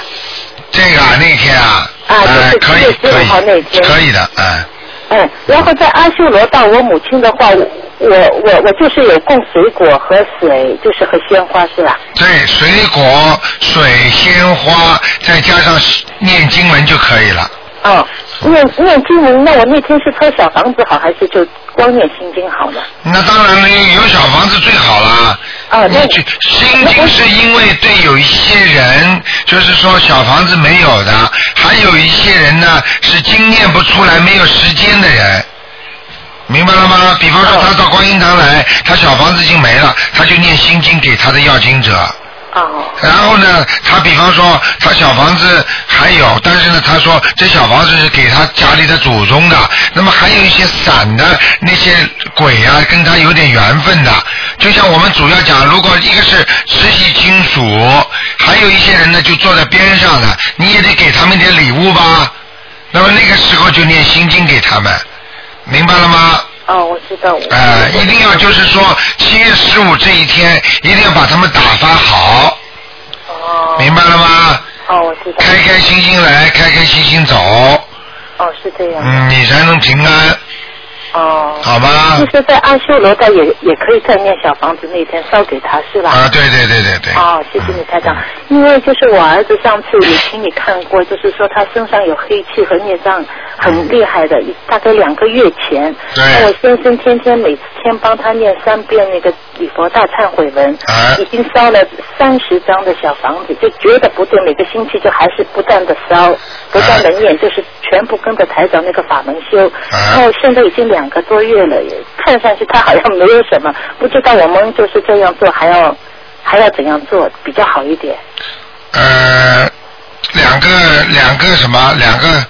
Speaker 1: 这个啊，那天啊，
Speaker 2: 嗯啊，就
Speaker 1: 呃
Speaker 2: 是，
Speaker 1: 可
Speaker 2: 七
Speaker 1: 以
Speaker 2: 月十
Speaker 1: 可
Speaker 2: 五号那
Speaker 1: 以
Speaker 2: 天。
Speaker 1: 可以的，哎、
Speaker 2: 嗯，然后在阿修罗道，我母亲的话，我我我我就是有供水果和水，就是和鲜花是吧？
Speaker 1: 对，水果、水、鲜花，再加上念经文就可以了。
Speaker 2: 哦，念念经文，那我那天是抄小房子好，还是就光念心经好呢？
Speaker 1: 那当然了，有小房子最好啦。
Speaker 2: 啊，
Speaker 1: 你去心经是因为对有一些人，就是说小房子没有的，还有一些人呢是经念不出来、没有时间的人，明白了吗？比方说他到观音堂来，他小房子已经没了，他就念心经给他的要经者。
Speaker 2: 哦
Speaker 1: 然后呢，他比方说他小房子还有，但是呢，他说这小房子是给他家里的祖宗的，那么还有一些散的那些鬼啊，跟他有点缘分的。就像我们主要讲，如果一个是直系亲属，还有一些人呢就坐在边上的，你也得给他们点礼物吧。那么那个时候就念心经给他们，明白了吗？
Speaker 2: 哦，我知道。
Speaker 1: 呃，一定要就是说七月十五这一天，一定要把他们打发好。哦。明白了吗？
Speaker 2: 哦，我知道。
Speaker 1: 开开心心来，开开心心走。
Speaker 2: 哦，是这样。
Speaker 1: 嗯，你才能平安，
Speaker 2: 哦。
Speaker 1: 好吧？
Speaker 2: 就是在阿修罗道也也可以再念小房子那天烧给他是吧？
Speaker 1: 啊，对对对对对。
Speaker 2: 哦，谢谢你台长，因为就是我儿子上次也请你看过，就是说他身上有黑气和孽障很厉害的，一大概两个月前，
Speaker 1: 对
Speaker 2: 那我先生天天每天帮他念三遍那个礼佛大忏悔文，
Speaker 1: 啊
Speaker 2: 已经烧了三十张的小房子，就觉得不对，每个星期就还是不断的烧，不断的念，就是全部跟着台长那个法门修，然后现在已经两个多月了，也看上去他好像没有什么，不知道我们就是这样做还要。还要怎样做比较好一点？
Speaker 1: 呃，两个两个什么？两个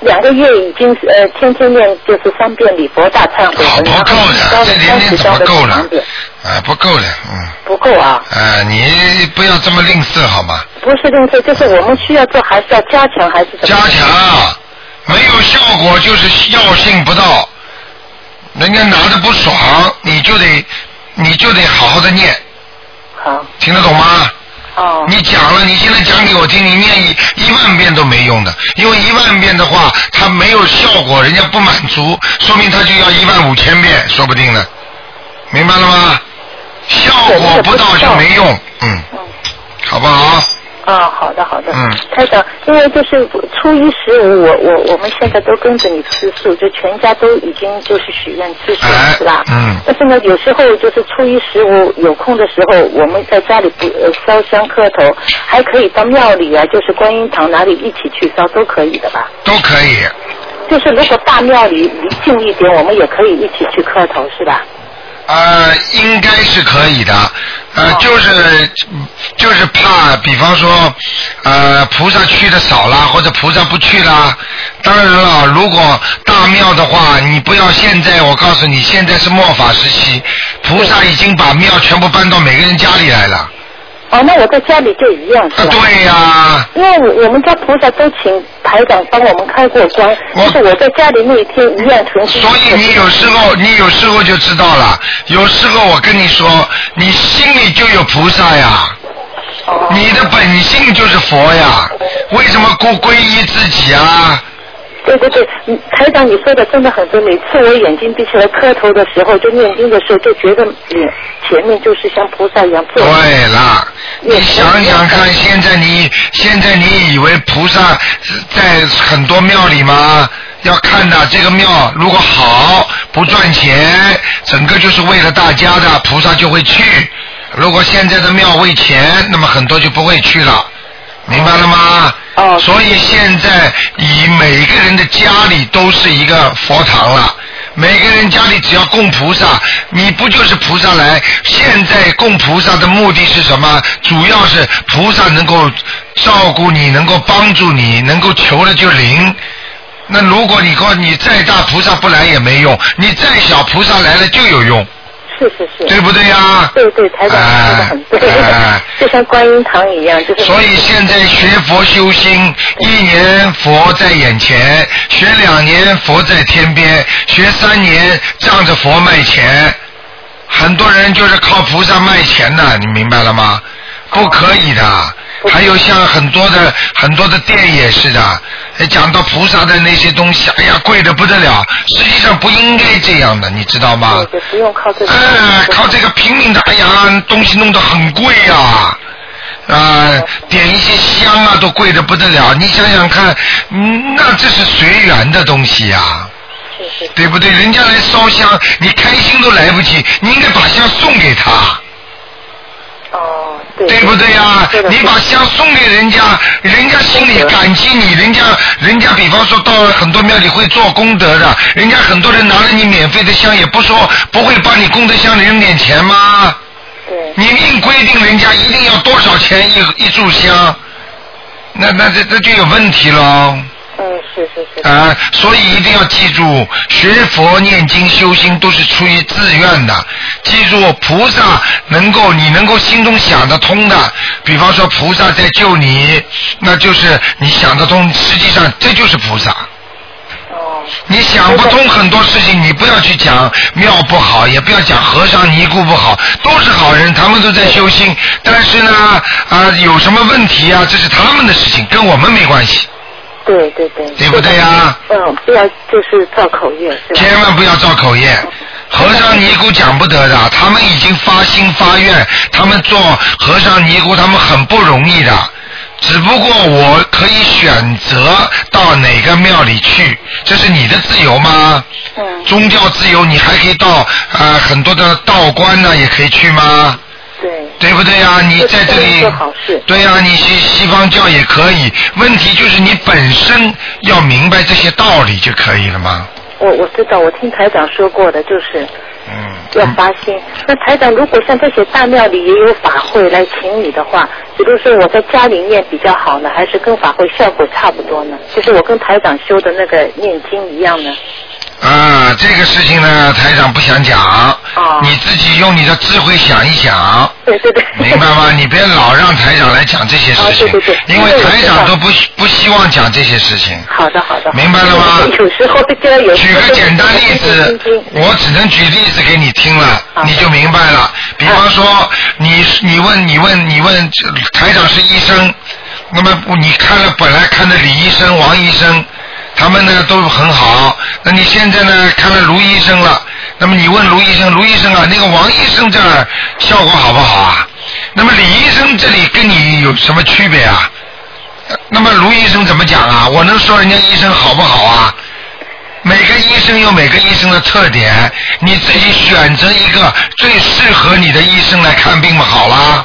Speaker 2: 两个月已经是呃天天念就是三遍礼佛大忏悔文，然后烧了三十张的小房子，
Speaker 1: 啊不够的，嗯。
Speaker 2: 不够啊！
Speaker 1: 啊，你不要这么吝啬好吗？
Speaker 2: 不是吝啬，就是我们需要做，还是要加强，还是怎么？加
Speaker 1: 强没有效果就是药性不到，人家拿的不爽，你就得你就得好好的念。
Speaker 2: 好。
Speaker 1: 听得懂吗？哦。你讲了，你现在讲给我听，你念一一万遍都没用的，因为一万遍的话，它没有效果，人家不满足，说明他就要一万五千遍，说不定呢。明白了吗？效果不到就没用，嗯，好不好？
Speaker 2: 啊，好的好的，
Speaker 1: 嗯，
Speaker 2: 台长，因为就是初一十五，我我我们现在都跟着你吃素，就全家都已经就是许愿吃素了，是吧？
Speaker 1: 嗯。
Speaker 2: 但是呢，有时候就是初一十五有空的时候，我们在家里不呃烧香磕头，还可以到庙里啊，就是观音堂哪里一起去烧都可以的吧？
Speaker 1: 都可以。
Speaker 2: 就是如果大庙里离近一点，我们也可以一起去磕头，是吧？
Speaker 1: 呃，应该是可以的，呃，就是就是怕，比方说，呃，菩萨去的少啦，或者菩萨不去啦。当然了，如果大庙的话，你不要现在，我告诉你，现在是末法时期，菩萨已经把庙全部搬到每个人家里来了。啊
Speaker 2: 哦，那我在家里就一样是吧？
Speaker 1: 对呀、
Speaker 2: 因为我我们家菩萨都请台长帮我们开过光，但是我在家里那一天一样重新。
Speaker 1: 哦所以你有时候，你有时候就知道了。有时候我跟你说，你心里就有菩萨呀，你的本性就是佛呀。为什么不皈依自己啊？
Speaker 2: 对对对，
Speaker 1: 哦
Speaker 2: 嗯台长你说的真的很对。每次我眼睛闭起来磕头的时候，就念经的时候，就觉得脸前面就是像菩萨一样坐着。
Speaker 1: 对啦，你想想看，现在你现在你以为菩萨在很多庙里吗？要看的这个庙如果好不赚钱，整个就是为了大家的，菩萨就会去。如果现在的庙为钱，那么很多就不会去了，明白了吗？哦。所以现在以每个人的家里都是一个佛堂了。每个人家里只要供菩萨，你不就是菩萨来？现在供菩萨的目的是什么？主要是菩萨能够照顾你，能够帮助你，能够求了就灵。那如果你说你再大菩萨不来也没用，你再小菩萨来了就有用。
Speaker 2: 是是是。
Speaker 1: 对不对呀、哎
Speaker 2: 对对，台长说的很对，就像观音堂一样，就是。
Speaker 1: 啊所以现在学佛修心，一年佛在眼前，学两年佛在天边，学三年仗着佛卖钱。很多人就是靠菩萨卖钱的，你明白了吗？不可以的。还有像很多的很多的店也是的，讲到菩萨的那些东西，哎呀，贵的不得了。实际上不应该这样的，你知道吗？
Speaker 2: 对，不用靠这个。
Speaker 1: 哎，靠这个拼命的，哎呀，东西弄得很贵呀、啊。点一些香啊，都贵的不得了。你想想看，嗯，那这是随缘的东西呀、对不对？人家来烧香，你开心都来不及，你应该把香送给他。哦，对。对不对呀、你把香送给人家，人家心里感激你，人家人家比方说到很多庙里会做功德的，人家很多人拿了你免费的香，也不说不会帮你功德箱里扔点钱吗？对。你硬规定人家一定要多少钱一一炷香，那那这这就有问题喽。啊，所以一定要记住，学佛、念经、修心都是出于自愿的。记住，菩萨能够你能够心中想得通的，比方说菩萨在救你，那就是你想得通，实际上这就是菩萨。你想不通很多事情，你不要去讲庙不好，也不要讲和尚尼姑不好，都是好人，他们都在修心。但是呢，啊、有什么问题啊？这是他们的事情，跟我们没关系。
Speaker 2: 对对对。
Speaker 1: 对不对呀、
Speaker 2: 嗯，不要就是造口业是吧？
Speaker 1: 千万不要造口业。和尚尼姑讲不得的，他们已经发心发愿，他们做和尚尼姑，他们很不容易的。只不过我可以选择到哪个庙里去，这是你的自由吗？嗯。宗教自由，你还可以到呃很多的道观呢，也可以去吗？对。对不对呀、你在这里。对呀、你去西方教也可以，问题就是你本身要明白这些道理就可以了吗？
Speaker 2: 我我知道，我听台长说过的，就是
Speaker 1: 嗯
Speaker 2: 要发心。那台长，如果像这些大庙里也有法会来请你的话，比如说我在家里念比较好呢，还是跟法会效果差不多呢？就是我跟台长修的那个念经一样呢？
Speaker 1: 啊，这个事情呢，台长不想讲，你自己用你的智慧想一想，
Speaker 2: 对对对，
Speaker 1: 明白吗？你别老让台长来讲这些事情，因为台长都不希不希望讲这些事情。
Speaker 2: <laughs> 好的好的，
Speaker 1: 明白了吗？
Speaker 2: <laughs> 有时候就要有。
Speaker 1: 举个简单例子，我只能举例子给你听了，你就明白
Speaker 2: 啊
Speaker 1: 了。比方说，你你问你问你问台长是医生，那么你看了本来看的李医生、王医生，他们呢都很好，那你现在呢看了卢医生了，那么你问卢医生，卢医生啊，那个王医生这儿效果好不好啊？那么李医生这里跟你有什么区别啊？那么卢医生怎么讲啊？我能说人家医生好不好啊？每个医生有每个医生的特点，你自己选择一个最适合你的医生来看病嘛，好啦。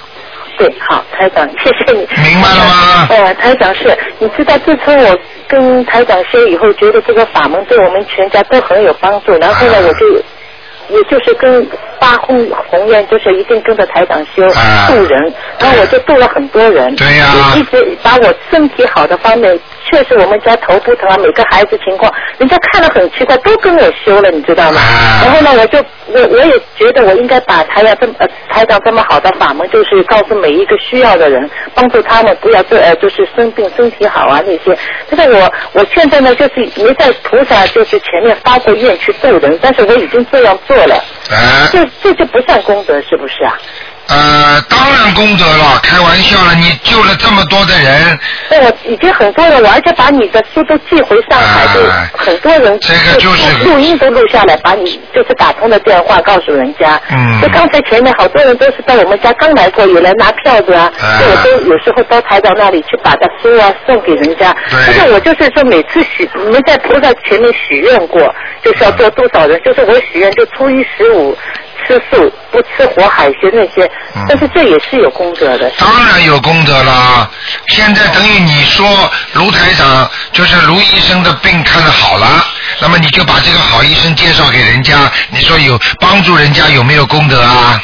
Speaker 2: 对，好，台长，谢谢你。
Speaker 1: 明白了吗？
Speaker 2: 呃，台长是，你知道，自从我跟台长修以后，觉
Speaker 1: <laughs>
Speaker 2: 得这个法门对我们全家都很有帮助。然后呢，我就，也就是跟发红宏愿，就是一定跟着台长修、
Speaker 1: 啊
Speaker 2: 渡人，然后我就渡了很多人。
Speaker 1: 对呀
Speaker 2: 我一直把我身体好的方面，确实我们家头部疼啊，每个孩子情况，人家看了很奇怪，都跟我修了，你知道吗？然后呢，我就我我也觉得我应该把台长这么呃台长这么好的法门，就是告诉每一个需要的人，帮助他们不要这呃就是生病身体好啊那些。但是我我现在呢就是没在菩萨就是前面发过愿去度人，但是我已经这样做了，
Speaker 1: 啊
Speaker 2: 这这就不算功德是不是啊？
Speaker 1: 呃，当然功德了，开玩笑了，你救了这么多的人，
Speaker 2: 那我已经很多人，我而且把你的书都寄回上海，就很多人哎这个就是录音都录下来，把你就是打通的电话告诉人家。
Speaker 1: 嗯
Speaker 2: 就刚才前面好多人都是到我们家刚来过，有来拿票子啊，
Speaker 1: 啊
Speaker 2: 这我都有时候到台长那里去把他书啊送给人家。但是我就是说每次许没在菩萨前面许愿过，就是要做多少人，就是我许愿就初一十五。吃素不吃活海鲜那些，但是这也是有功德的。
Speaker 1: 当然有功德啦。现在等于你说卢台长就是卢医生的病看得好了，那么你就把这个好医生介绍给人家，你说有帮助人家有没有功德啊？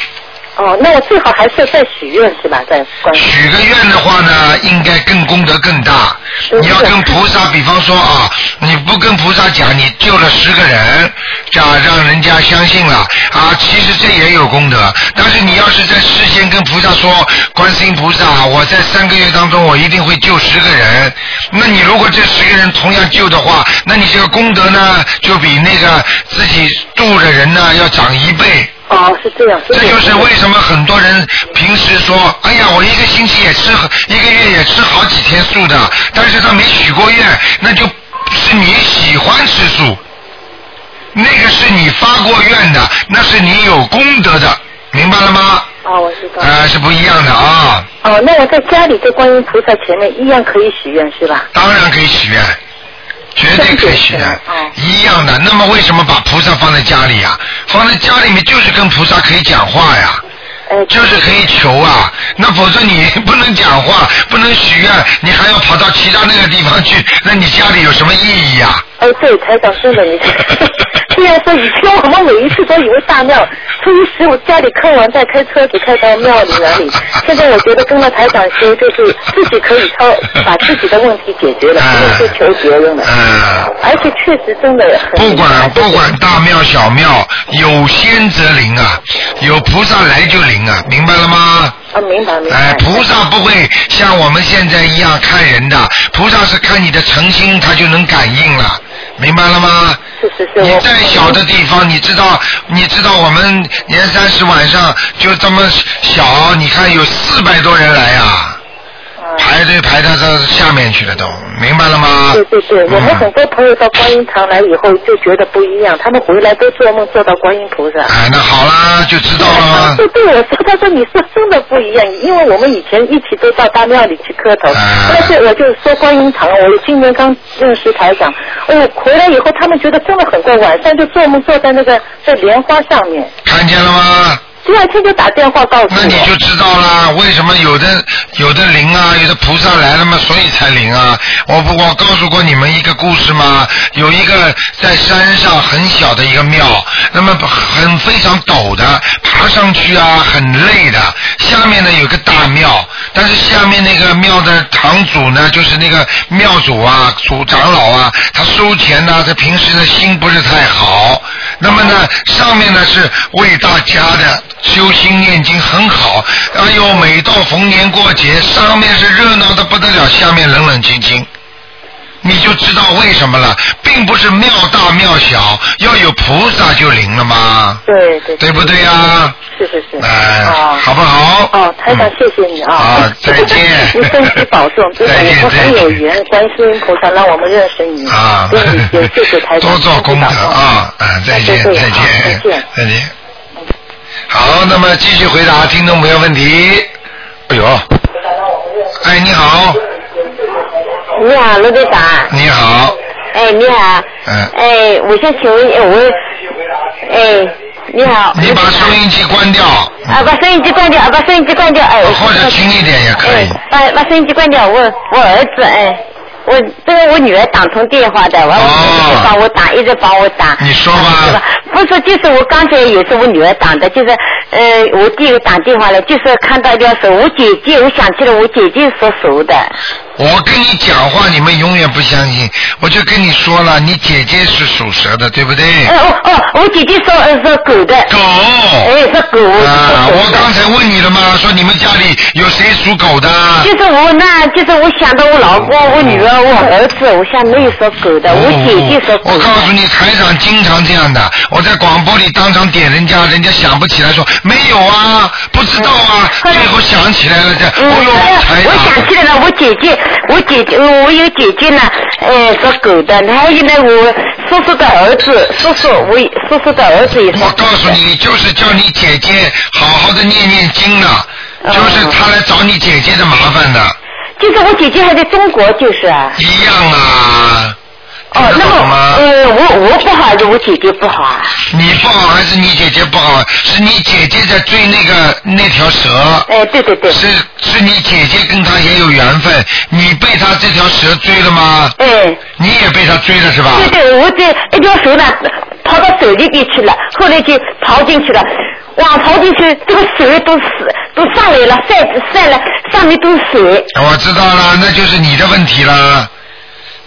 Speaker 2: 哦，那我最好还是再许愿是吧？再关注。
Speaker 1: 许个愿的话呢，应该更功德更大。你要跟菩萨，比方说啊，你不跟菩萨讲，你救了十个人，这样让人家相信了啊，其实这也有功德。但是你要是在事先跟菩萨说，观世音菩萨，我在三个月当中我一定会救十个人，那你如果这十个人同样救的话，那你这个功德呢，就比那个自己度的人呢要涨一倍。
Speaker 2: 哦，是这样。
Speaker 1: 这就是为什么很多人平时说，哎呀，我一个星期也吃好，一个月也吃好几天素的，但是他没许过愿，那就是你喜欢吃素，那个是你发过愿的，那是你有功德的，明白了吗？
Speaker 2: 哦，我知道。
Speaker 1: 呃，是不一样的啊，
Speaker 2: 哦，那我在家里在观音菩萨前面一样可以许愿是吧？
Speaker 1: 当然可以许愿，绝对可以许愿，一样的。那么为什么把菩萨放在家里呀、放在家里面就是跟菩萨可以讲话呀、
Speaker 2: 呃
Speaker 1: 就是可以求啊，那否则你 <laughs> 不能讲话，不能许愿，你还要跑到其他那个地方去，那你家里有什么意义啊呀、
Speaker 2: 哎，对，台长真的，你
Speaker 1: <laughs>
Speaker 2: 虽然说以前我们每一次都以为大庙初一十五家里磕完再开车子开到庙里哪里，现在我觉得跟了台长修就是自己可以超把自己的问题解决了，
Speaker 1: 哎
Speaker 2: 不用去求别人了。
Speaker 1: 嗯。
Speaker 2: 而且确实真的很。
Speaker 1: 不管不管大庙小庙，有仙则灵啊，有菩萨来就灵啊，明白了吗？
Speaker 2: 啊，明白明白。
Speaker 1: 哎，菩萨不会像我们现在一样看人的，菩萨是看你的诚心，他就能感应了，明白了吗？
Speaker 2: 是是
Speaker 1: 是。你在小的地方，你知道，你知道我们年三十晚上就这么小，你看有四百多人来啊。
Speaker 2: 嗯
Speaker 1: 排队排到这下面去了都，明白了吗？嗯
Speaker 2: 对对对，我们很多朋友到观音堂来以后就觉得不一样，他们回来都做梦做到观音菩萨。
Speaker 1: 哎，那好啦，就知道了。
Speaker 2: 对对，我说他说你说真的不一样，因为我们以前一起都到大庙里去磕头，
Speaker 1: 啊
Speaker 2: 但是我就说观音堂，我今年刚认识台长，哦，回来以后他们觉得真的很怪，晚上就做梦坐在那个在莲花上面，
Speaker 1: 看见了吗？
Speaker 2: 第二天就打电话告诉
Speaker 1: 那你就知道啦，为什么有的有的灵啊，有的菩萨来了嘛，所以才灵啊。我不我告诉过你们一个故事吗？有一个在山上很小的一个庙，那么很非常陡的，爬上去啊很累的。下面呢有个大庙，但是下面那个庙的堂主呢，就是那个庙主啊、主长老啊，他收钱呢、他平时呢心不是太好。那么呢，上面呢是为大家的修心念经很好。哎呦，每到逢年过节，上面是热闹的不得了，下面冷冷清清。你就知道为什么了，并不是庙大庙小，要有菩萨就灵了嘛。
Speaker 2: 对对。
Speaker 1: 对不对呀、
Speaker 2: 是是嗯是。
Speaker 1: 哎、好不好？
Speaker 2: 哦，台长，谢谢你啊！
Speaker 1: 嗯啊再
Speaker 2: <laughs>
Speaker 1: 见
Speaker 2: 您身体保重，真的，
Speaker 1: 再见
Speaker 2: 我们很有缘，观世音菩萨让我们认识你，
Speaker 1: 啊
Speaker 2: 嗯对你有谢谢台长，
Speaker 1: 多做功德啊！啊，再见，
Speaker 2: 对对
Speaker 1: 再
Speaker 2: 啊再
Speaker 1: 见，
Speaker 2: 见，
Speaker 1: 再见。好，那么继续回答听众朋友问题。哎呦，哎，你好，
Speaker 8: 你好，卢队长。
Speaker 1: 你好，
Speaker 8: 哎，你好。
Speaker 1: 嗯。
Speaker 8: 哎，我想请问，哎我，哎，你好。你把收
Speaker 1: 音机关掉。
Speaker 2: 哎
Speaker 1: 嗯
Speaker 8: 啊，把收音机关掉，啊把收音机关掉，哎。
Speaker 2: 嗯哎
Speaker 1: 或者轻一点也可以。
Speaker 8: 把把收音机关掉，我我儿子，哎，
Speaker 2: 我这个我女儿打通电话的，我一直帮我打，一直帮我打。
Speaker 1: 哦你说吧。
Speaker 2: 不是，就是我刚才也是我女儿打的，就是呃，我弟打电话了，就是看到一条手，我姐姐，我想起了我姐姐所手的。
Speaker 1: 我跟你讲话，你们永远不相信。我就跟你说了，你姐姐是属蛇的，对不对？
Speaker 2: 哦哦，我姐姐说呃说狗的。
Speaker 1: 狗。
Speaker 2: 哎，是狗。
Speaker 1: 啊，我刚才问你了吗？说你们家里有谁属狗的？
Speaker 2: 就是我那，就是我想到我老公、我女儿、我儿子，我想没有说狗的，我姐姐说狗
Speaker 1: 哦我
Speaker 2: 的。
Speaker 1: 告诉你，台长经常这样的。我在广播里当场点人家，人家想不起来说没有啊，不知道啊，最后想起来了这。哦
Speaker 2: 嗯，我想起来了，我姐姐，我姐姐，我有姐姐呢，呃，属狗的，还有呢，我叔叔的儿子，叔叔，我叔叔的儿子也是。
Speaker 1: 我告诉你，就是叫你姐姐好好的念念经的，
Speaker 2: 嗯
Speaker 1: 就是他来找你姐姐的麻烦的。
Speaker 2: 就是我姐姐还在中国，就是啊。
Speaker 1: 一样啊。
Speaker 2: 哦，那么，呃，我我不好还是我姐姐不好啊？
Speaker 1: 你不好还是你姐姐不好？是你姐姐在追那个那条蛇。
Speaker 2: 哎，对对对。
Speaker 1: 是是你姐姐跟她也有缘分，你被她这条蛇追了吗？
Speaker 2: 哎。
Speaker 1: 你也被她追了是
Speaker 2: <laughs>
Speaker 1: 吧？
Speaker 2: 对对，我这哎一条蛇呢，跑到手里边去了，后来就逃进去了。哇，逃进去，这个水都死，都上来了，晒晒了，上面都是水。
Speaker 1: 我知道了，那就是你的问题啦，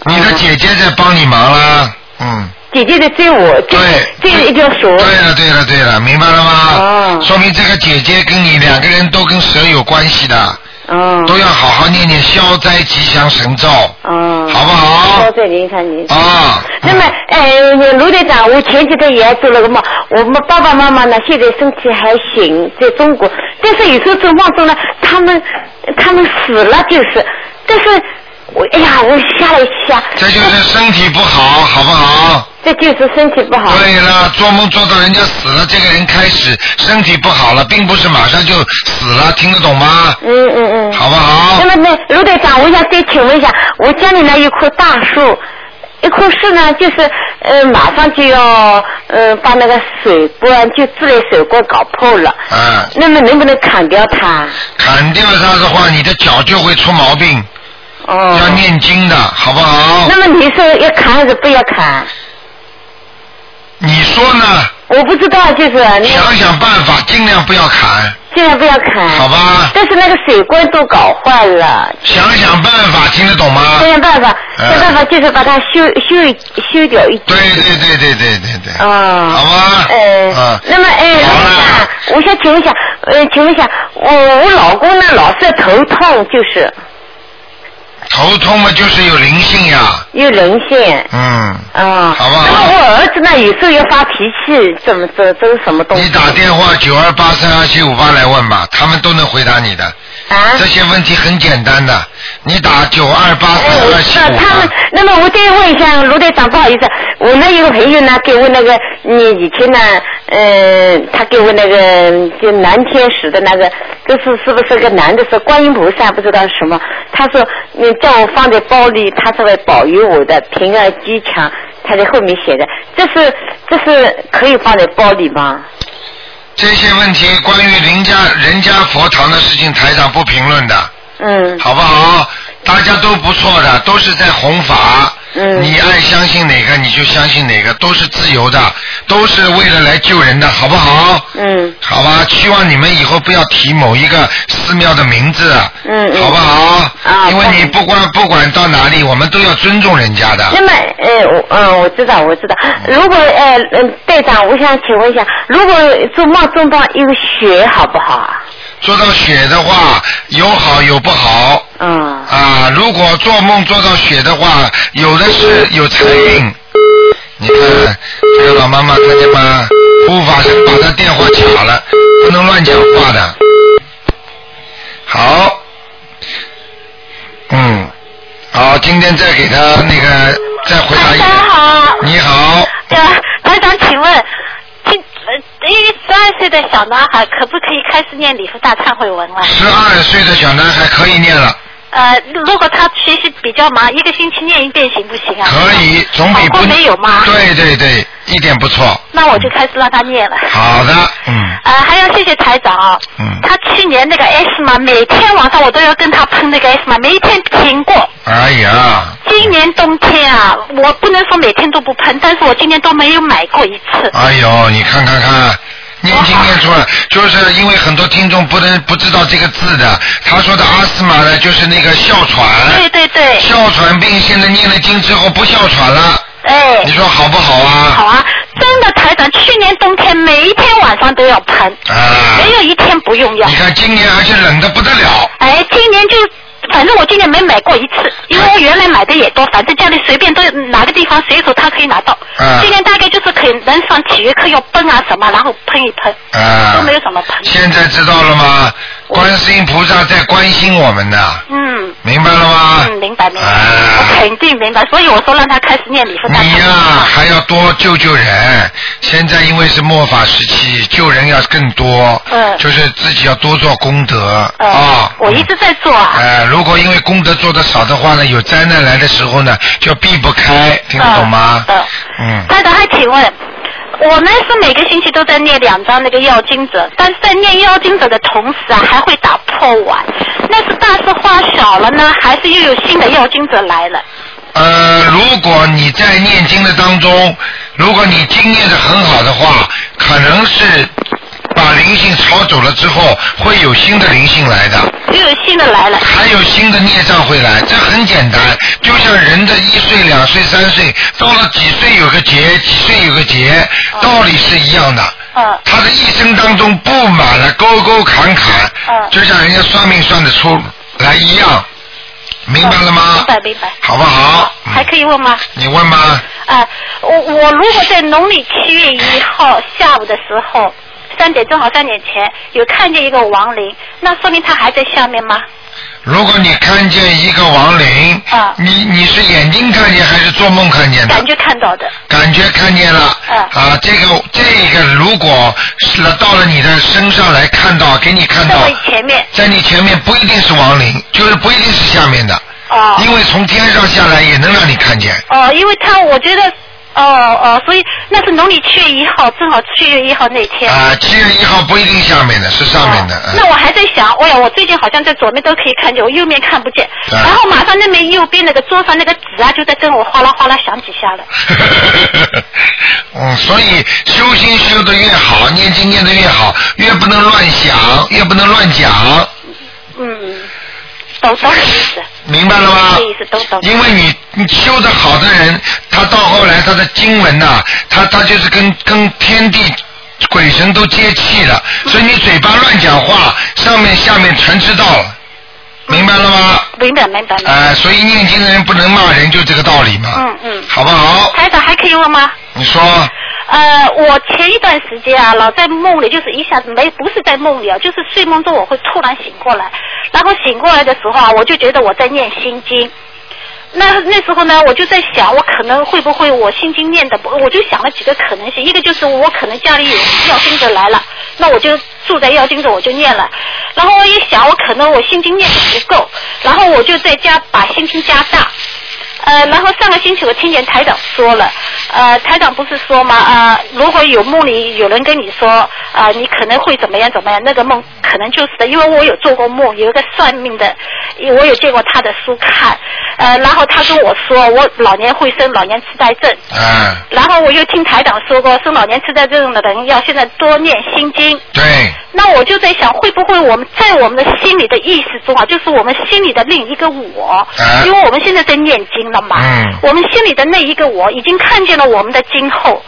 Speaker 1: 你
Speaker 2: 啊
Speaker 1: 的姐姐在帮你忙啦，嗯。
Speaker 2: 姐姐在追我，追追一条蛇。
Speaker 1: 对了对了对了，明白了吗？
Speaker 2: 啊
Speaker 1: 说明这个姐姐跟你两个人都跟蛇有关系的。
Speaker 2: 嗯。
Speaker 1: 都要好好念念消灾吉祥神咒。
Speaker 2: 嗯，
Speaker 1: 好不好？
Speaker 2: 对，您看您。
Speaker 1: 啊。
Speaker 2: 那么，呃，卢队长，我前几天也做了个梦，我们爸爸妈妈呢，现在身体还行，在中国，但是有时候做梦中呢，他们他们死了就是，但是我哎呀，我吓了一下，
Speaker 1: 这就是身体不好，好不好？
Speaker 2: 这就是身体不好。
Speaker 1: 对了，做梦做到人家死了，这个人开始身体不好了，并不是马上就死了，听得懂吗？
Speaker 2: 嗯嗯嗯，
Speaker 1: 好不好？
Speaker 2: 那么那卢队长，我想再请问一下，我家里呢有棵大树，一棵树呢就是呃马上就要呃把那个水管就自来水管搞破了，
Speaker 1: 嗯，
Speaker 2: 那么能不能砍掉它？
Speaker 1: 砍掉它的话，你的脚就会出毛病。
Speaker 2: 哦。
Speaker 1: 要念经的，好不好？
Speaker 2: 那么你说要砍还是不要砍？
Speaker 1: 你说呢？
Speaker 2: 我不知道，就是
Speaker 1: 想想办法，尽量不要砍。
Speaker 2: 尽量不要砍。
Speaker 1: 嗯
Speaker 2: 好
Speaker 1: 吧。啊
Speaker 2: 但是那个水管都搞坏了。
Speaker 1: 想想办法，听得懂吗？
Speaker 2: 想想办法，
Speaker 1: 嗯
Speaker 2: 想办法就是把它修修一修掉一。
Speaker 1: 对对对对对对对。
Speaker 2: 啊。
Speaker 1: 好吧。啊
Speaker 2: 呃。那么哎，老师，我想请问一下，呃，请问一下，我我老公呢老是头痛，就是
Speaker 1: 头痛嘛，就是有灵性呀。
Speaker 2: 有人性。
Speaker 1: 嗯。
Speaker 2: 啊，
Speaker 1: 好不好
Speaker 2: 然后我儿子呢，有时候要发脾气，怎么这这是什么东西？
Speaker 1: 你打电话九二八三二七五八来问吧，他们都能回答你的。
Speaker 2: 啊。
Speaker 1: 这些问题很简单的，你打九二八三二七五
Speaker 2: 那哎呃他
Speaker 1: 八
Speaker 2: 们。，那么我再问一下卢队长，不好意思，我那有个朋友呢，给我那个，你以前呢，呃，他给我那个就南天使的那个，这是是不是个男的，是观音菩萨，不知道什么？他说你叫我放在包里，他是来保佑我的平安吉祥。他在后面写的，这是这是可以放在包里吗？
Speaker 1: 这些问题关于人家人家佛堂的事情，台长不评论的。
Speaker 2: 嗯。
Speaker 1: 好不好？大家都不错的，都是在弘法。
Speaker 2: 嗯。
Speaker 1: 你爱相信哪个你就相信哪个，都是自由的，都是为了来救人的，好不好？
Speaker 2: 嗯。
Speaker 1: 好吧，希望你们以后不要提某一个寺庙的名字，
Speaker 2: 嗯嗯
Speaker 1: 好不好？啊。因为你不管不管到哪里，我们都要尊重人家的。
Speaker 2: 那么，呃，我嗯，我知道，我知道。如果呃，嗯，队长，我想请问一下，如果做梦中到一个血好不好啊？
Speaker 1: 做到血的话，有好有不好。
Speaker 2: 嗯。
Speaker 1: 啊，如果做梦做到血的话，有的是有财运。你看这个老妈妈看见吗？护法神把她电话卡了，不能乱讲话的。好，嗯，好，今天再给她那个再回答一遍。
Speaker 4: 好。
Speaker 1: 你好，
Speaker 4: 对啊，台长，请问，今呃，一个十二岁的小男孩可不可以开始念礼佛大忏悔文了？
Speaker 1: 十二岁的小男孩可以念了，
Speaker 4: 呃，如果他学习比较忙，一个星期念一遍行不行啊？
Speaker 1: 可以，总比不
Speaker 4: 好过没有吗
Speaker 1: 对对对，一点不错。
Speaker 4: 那我就开始让他念了。
Speaker 1: 好的，嗯。
Speaker 4: 呃，还要谢谢台长啊。嗯。他去年那个 S 嘛，每天晚上我都要跟他喷那个 S 嘛，没一天停过。
Speaker 1: 哎呀，
Speaker 4: 今年冬天啊，我不能说每天都不喷，但是我今年都没有买过一次。
Speaker 1: 哎呦，你看看看。念经念错了，就是因为很多听众不能不知道这个字的。他说的阿斯玛呢，就是那个哮喘。对
Speaker 4: 对对。
Speaker 1: 哮喘病现在念了经之后不哮喘了。
Speaker 4: 哎。
Speaker 1: 你说好不好啊？
Speaker 4: 好啊，真的台长，去年冬天每一天晚上都要喷，没有一天不用药。
Speaker 1: 啊你看今年而且冷的不得了。
Speaker 4: 哎，今年就反正我今年没买过一
Speaker 1: 哎
Speaker 4: 次，因为我原来买的也多，反正家里随便都哪个地方随手他可以拿到。
Speaker 1: 嗯
Speaker 4: 今年大概就是可以能上体育课要蹦啊什么，然后喷一喷，
Speaker 1: 啊、
Speaker 4: 都没有什么喷。
Speaker 1: 现在知道了吗？观世音菩萨在关心我们呢，
Speaker 4: 嗯。
Speaker 1: 明白了吗？
Speaker 4: 嗯，明白明白，我肯定明白，所以我说让他开始念礼佛大忏悔
Speaker 1: 啊你呀、还要多救救人。现在因为是末法时期，救人要更多，
Speaker 4: 嗯
Speaker 1: 就是自己要多做功德、
Speaker 4: 呃
Speaker 1: 啊。
Speaker 4: 我一直在做啊。
Speaker 1: 呃，如果因为功德做得少的话呢，有灾难来的时候呢，就避不开，听得懂吗？
Speaker 4: 嗯
Speaker 1: 嗯，
Speaker 4: 太太，还请问，我们是每个星期都在念两张那个药经者，但是在念药经者的同时啊，还会打破碗，那是大事化小了呢，还是又有新的药经者来了？
Speaker 1: 呃，如果你在念经的当中，如果你经念的很好的话，可能是把灵性抄走了之后，会有新的灵性来的。
Speaker 4: 又有新的来了。
Speaker 1: 还有新的孽障会来，这很简单，就像人的一岁、两岁、三岁，到了几岁有个劫，几岁有个劫，道理是一样的。
Speaker 4: 嗯。
Speaker 1: 他的一生当中布满了沟沟坎坎。嗯。就像人家算命算得出来一样，明白了吗？
Speaker 4: 嗯
Speaker 1: 嗯
Speaker 4: 哦明白明白。
Speaker 1: 好不好？
Speaker 4: 还可以问吗？
Speaker 1: 你问吗？
Speaker 4: 啊，我我如果在农历七月一号下午的时候，三点正好三点前有看见一个亡灵，那说明他还在下面吗？
Speaker 1: 如果你看见一个亡灵，
Speaker 4: 嗯
Speaker 1: 你你是眼睛看见还是做梦看见的？
Speaker 4: 感觉看到的。
Speaker 1: 感觉看见了，
Speaker 4: 嗯
Speaker 1: 啊，这个这个如果是到了你的身上来看到，给你看到，
Speaker 4: 前面，
Speaker 1: 在你前面不一定是亡灵，就是不一定是下面的，
Speaker 4: 哦
Speaker 1: 因为从天上下来也能让你看见，
Speaker 4: 哦，因为他我觉得，哦哦，所以那是农历七月一号，正好七月一号那天。哦
Speaker 1: 啊，七月一号不一定下面的，是上面的，嗯
Speaker 4: 那我还在想，哎呀，我最近好像在左面都可以看见，我右面看不见。
Speaker 1: 啊
Speaker 4: 然后马上那边右边那个桌上那个纸啊，就在跟我哗啦哗啦响几
Speaker 1: <laughs>
Speaker 4: 下了。
Speaker 1: <laughs> 嗯，所以修心修的越好，念经念的越好，越不能乱想，越不能乱讲，
Speaker 4: 嗯，懂懂你意思。
Speaker 1: 明白了吗
Speaker 4: 懂你意思，懂懂。
Speaker 1: 因为你你修的好的人，他到后来他的经文呐、他他就是跟跟天地鬼神都接气了，
Speaker 4: 嗯
Speaker 1: 所以你嘴巴乱讲话，上面下面全知道了，
Speaker 4: 嗯
Speaker 1: 明白了吗？
Speaker 4: 明白明白。明白
Speaker 1: 哎、所以念经的人不能骂人，就这个道理嘛，
Speaker 4: 嗯嗯。
Speaker 1: 好不好？
Speaker 4: 台长还可以问吗？
Speaker 1: 你说，
Speaker 4: 呃，我前一段时间啊，老在梦里，就是一下子没不是在梦里啊，就是睡梦中我会突然醒过来，然后醒过来的时候啊，我就觉得我在念心经。那那时候呢，我就在想，我可能会不会我心经念的不，我就想了几个可能性，一个就是我可能家里有药精者来了，那我就住在药精者我就念了，然后我一想，我可能我心经念的不够，然后我就在家把心经加大，呃，然后上个星期我听见台长说了，呃，台长不是说吗？啊、如果有梦里有人跟你说，啊、你可能会怎么样怎么样，那个梦可能就是的，因为我有做过梦，有一个算命的，我有借过他的书看，呃，然后他跟我说，我老年会生老年痴呆症，
Speaker 1: 嗯，
Speaker 4: 然后我又听台长说过，生老年痴呆症的人要现在多念心经。
Speaker 1: 对，
Speaker 4: 那我就在想，会不会我们在我们的心里的意识中啊，就是我们心里的另一个我，因为我们现在在念经了嘛，
Speaker 1: 啊嗯
Speaker 4: 我们心里的那一个我已经看见了我们的今后。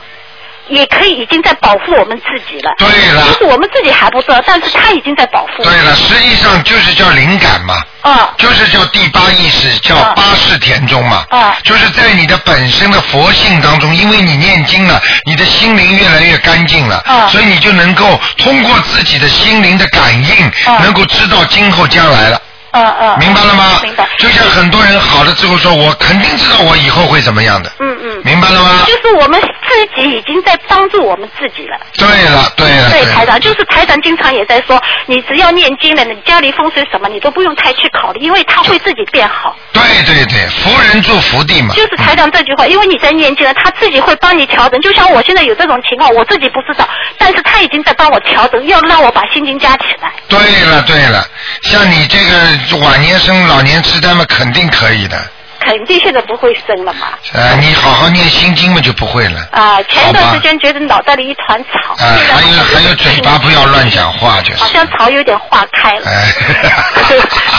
Speaker 4: 也可以已经在保护我们自己了，
Speaker 1: 对了
Speaker 4: 就是我们自己还不知道，但是他已经在保护。
Speaker 1: 对了，实际上就是叫灵感嘛。
Speaker 4: 啊。
Speaker 1: 就是叫第八意识，叫八识田中嘛。
Speaker 4: 啊。
Speaker 1: 就是在你的本身的佛性当中，因为你念经了，你的心灵越来越干净了。
Speaker 4: 啊
Speaker 1: 所以你就能够通过自己的心灵的感应，
Speaker 4: 啊
Speaker 1: 能够知道今后将来了。
Speaker 4: 嗯嗯。
Speaker 1: 明白了吗？
Speaker 4: 明白。
Speaker 1: 就像很多人好了之后说，我肯定知道我以后会怎么样的。
Speaker 4: 嗯嗯。
Speaker 1: 明白了吗？
Speaker 4: 就是我们自己已经在帮助我们自己了。
Speaker 1: 对了，对了，
Speaker 4: 对，台长，就是台长经常也在说，你只要念经了，你家里风水什么，你都不用太去考虑，因为它会自己变好。
Speaker 1: 对对对，福人住福地嘛
Speaker 4: 就。是台长这句话，因为你在念经了，他自己会帮你调整。就像我现在有这种情况，我自己不知道，但是他已经在帮我调整，要让我把心经加起来。
Speaker 1: 对了对了，像你这个晚年生老年痴呆嘛，肯定可以的。
Speaker 4: 肯定现在不会生了嘛。
Speaker 1: 呃，你好好念心经嘛，就不会了。
Speaker 4: 啊、前一段时间觉得脑袋里一团草，
Speaker 1: 啊、还有还有，嘴巴不要乱讲话，就是。哎
Speaker 4: 好像草有点化开
Speaker 1: <laughs>
Speaker 4: 了。 <laughs>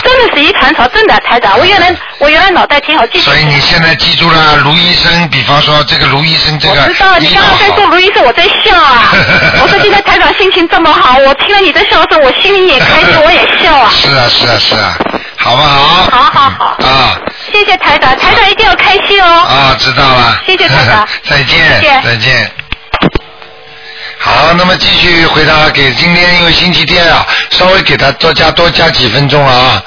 Speaker 4: 真的是一团草，真的啊台长，我原来我原来脑袋挺好记性
Speaker 1: 所以你现在记住了，卢医生，比方说这个卢医生这个，
Speaker 4: 我知道你刚刚在说卢医生，我在笑
Speaker 1: <laughs>
Speaker 4: 啊。我说现在台长心情这么好，我听了你的笑声，我心里也开心，我也笑
Speaker 1: <laughs>
Speaker 4: 啊。
Speaker 1: 是啊是啊是啊，好不好？
Speaker 4: 好好好，
Speaker 1: 啊
Speaker 4: 谢谢台长，台长一定要开心哦。
Speaker 1: 啊，知道了。
Speaker 4: 谢谢台长
Speaker 1: <laughs> 再见，
Speaker 4: 谢谢
Speaker 1: 再见。好，那么继续回答给今天，因为星期天啊，稍微给他多加多加几分钟啊，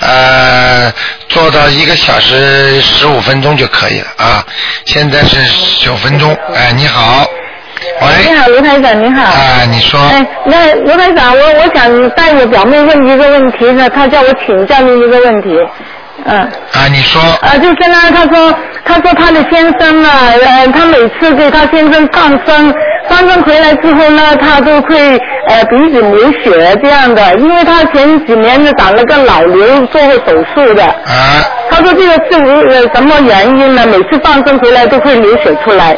Speaker 1: 呃，做到一个小时十五分钟就可以了啊。现在是九分钟，哎，你好，喂，
Speaker 2: 嗯你好，卢台长，你好。
Speaker 1: 啊，你说，
Speaker 2: 哎，那卢台长，我我想带我表妹问一个问题呢，她叫我请教您一个问题。嗯。
Speaker 1: 啊，你说，
Speaker 2: 啊，就是呢，她说，她说她的先生啊，呃，她每次给她先生放生，放生回来之后呢，她都会呃鼻子流血这样的，因为她前几年呢长了个脑瘤，做过手术的。
Speaker 1: 啊。
Speaker 2: 她说这个是呃什么原因呢？每次放生回来都会流血出来。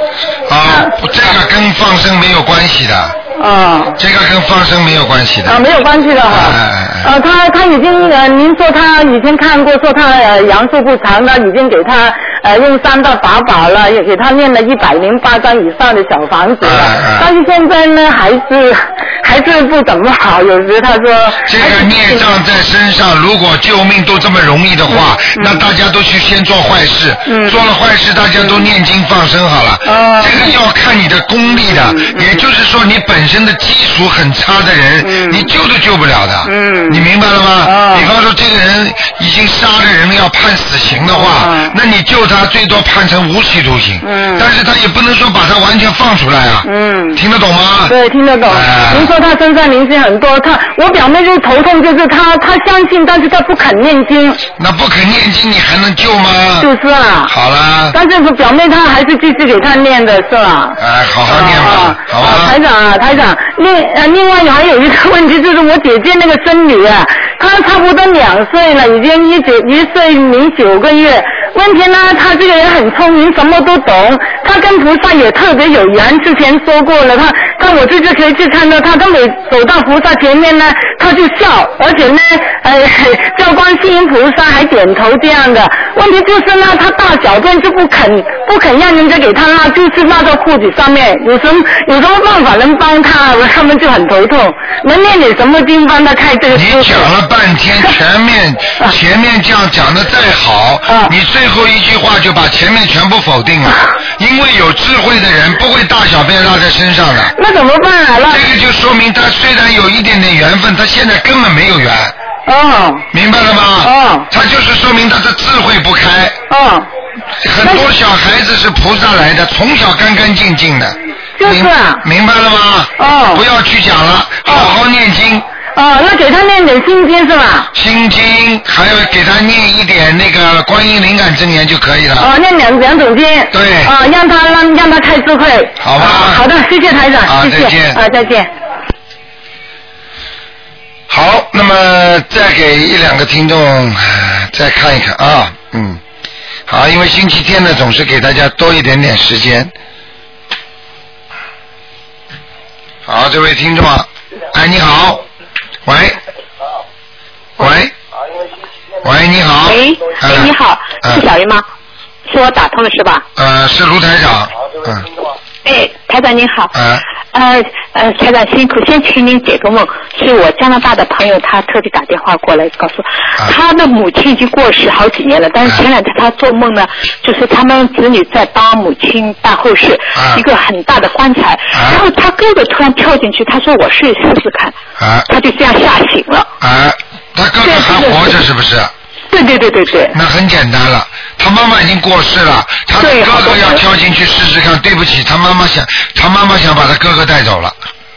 Speaker 1: 啊，这个跟放生没有关系的。
Speaker 2: 啊。
Speaker 1: 这个跟放生没有关系的。
Speaker 2: 啊，没有关系的哈。
Speaker 1: 哎
Speaker 2: 呃，他他已经呃，您说他已经看过，说他呃阳寿不长，他已经给他呃用三大法宝了，也给他念了一百零八张以上的小房子
Speaker 1: 哎
Speaker 2: 了。但是现在呢，还是还是不怎么好，有时他说。
Speaker 1: 这个孽障在身上，如果救命都这么容易的话，
Speaker 2: 嗯
Speaker 1: 那大家都去先做坏事，做了坏事大家都念经放生好了。
Speaker 2: 嗯哦
Speaker 1: 这个要看你的功力的，也就是说你本身的基础很差的人，
Speaker 2: 嗯
Speaker 1: 你救都救不了的。你明白了吗？
Speaker 2: 哦
Speaker 1: 比方说这个人已经杀了人了，要判死刑的话，
Speaker 2: 哦
Speaker 1: 那你救他最多判成无期徒刑。但是他也不能说把他完全放出来啊。
Speaker 2: 嗯。
Speaker 1: 听得懂吗？
Speaker 2: 对，听得懂。
Speaker 1: 哎
Speaker 2: 您说他身上灵性很多，他我表妹就是头痛，就是他他相信，但是他不肯念经。
Speaker 1: 那不肯念经，你还能救吗？
Speaker 2: 就是啊。
Speaker 1: 好啦。
Speaker 2: 但是我表妹她还是继续给他念的是吧？
Speaker 1: 哎，好好念
Speaker 2: 哦
Speaker 1: 吧，好吧。
Speaker 2: 台长啊，台长，另呃，另外还有一个问题就是我姐姐那个孙女啊，她差不多两岁了，已经一九一岁零九个月。问题呢，她这个人很聪明，什么都懂，她跟菩萨也特别有缘。之前说过了，她她我这次可以去看到她，她每走到菩萨前面呢，她就笑，而且呢，呃， <laughs> 叫观世音菩萨还点头这样的。问题就是呢，她大小便就不肯不肯让人家给她拉，就是拉到裤子上面，有什么有什么办法能帮她？他们就很头痛，能念点什么经帮她开这个
Speaker 1: 你讲了半
Speaker 2: <laughs>
Speaker 1: 天，前面
Speaker 2: 啊
Speaker 1: 前面这样讲的再好，你最后一句话就把前面全部否定了，
Speaker 2: 啊
Speaker 1: 因为有智慧的人不会大小便落在身上的。
Speaker 2: 那怎么办啊？
Speaker 1: 这个就说明他虽然有一点点缘分，他现在根本没有缘。
Speaker 2: 哦。
Speaker 1: 明白了吗？哦。他就是说明他的智慧不开。
Speaker 2: 哦。
Speaker 1: 很多小孩子是菩萨来的，从小干干净净的。
Speaker 2: 就是啊
Speaker 1: 明。明白了吗？
Speaker 2: 哦。
Speaker 1: 不要去讲了，好好念经。
Speaker 2: 哦，那给他念点心经是吧？
Speaker 1: 心经，还有给他念一点那个观音灵感真言就可以了。
Speaker 2: 哦，念两两种经。
Speaker 1: 对。
Speaker 2: 啊、让他让让他开智慧。
Speaker 1: 好吧
Speaker 2: 啊好的，谢谢台长，
Speaker 1: 啊
Speaker 2: 谢谢。
Speaker 1: 再见
Speaker 2: 啊，再见。
Speaker 1: 好，那么再给一两个听众唉再看一看啊，嗯，好，因为星期天呢总是给大家多一点点时间。好，这位听众啊，哎，你好，喂，喂，喂，你好，嗯
Speaker 9: 喂，哎，你好，是小云吗？是我打通了是吧？
Speaker 1: 呃，是卢台长，嗯，
Speaker 9: 哎，台长您好。
Speaker 1: 呃，
Speaker 9: 呃呃，台长辛苦，先请您解个梦。是我加拿大的朋友，他特地打电话过来告诉我，他的母亲已经过世好几年了，但是前两天他做梦呢，就是他们子女在帮母亲办后事，一个很大的棺材，然后他哥哥突然跳进去，他说我睡试试看，
Speaker 1: 啊
Speaker 9: 他就这样吓醒了。
Speaker 1: 哎啊，他哥哥还活着是不是？
Speaker 2: 对对对对对。
Speaker 1: 那很简单了，他妈妈已经过世了，他的
Speaker 2: 对好
Speaker 1: 哥
Speaker 2: 多
Speaker 1: 哥要
Speaker 2: 人
Speaker 1: 跳进去试试看。对不起，他妈妈想，他妈妈想把他哥哥带走了。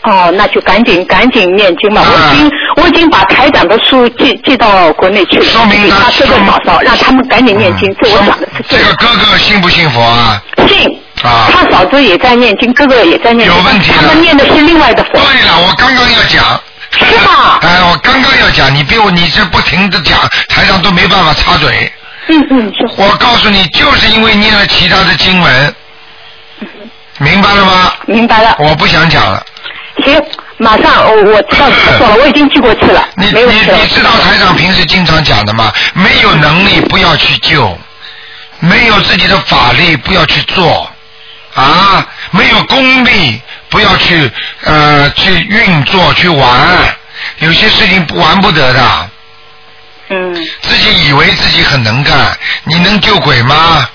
Speaker 2: 哦，那就赶紧赶紧念经吧，我已经我已经把台长的书寄寄到国内去了，说明嗯他这个早上让他们赶紧念经，这我讲的是
Speaker 1: 这个哥哥信不信佛啊？
Speaker 2: 信。
Speaker 1: 啊。
Speaker 2: 他嫂子也在念经，哥哥也在念经，有问题他们念的是另外的佛。
Speaker 1: 对了，我刚刚要讲。
Speaker 2: 是吧？
Speaker 1: 哎，我刚刚要讲，你比我你是不停的讲，台上都没办法插嘴。
Speaker 2: 嗯嗯，是。
Speaker 1: 我告诉你，就是因为念了其他的经文，
Speaker 2: 嗯
Speaker 1: 明白了吗？
Speaker 2: 明白了。
Speaker 1: 我不想讲了。
Speaker 2: 行，马上我我知道怎么做了，我已经寄过去了，
Speaker 1: 你
Speaker 2: 没问题了。
Speaker 1: 你知道台长平时经常讲的吗？没有能力不要去救，没有自己的法力不要去做，啊，没有功力不要去呃去运作去玩，有些事情不玩不得的。
Speaker 2: 嗯。
Speaker 1: 自己以为自己很能干，你能救鬼吗？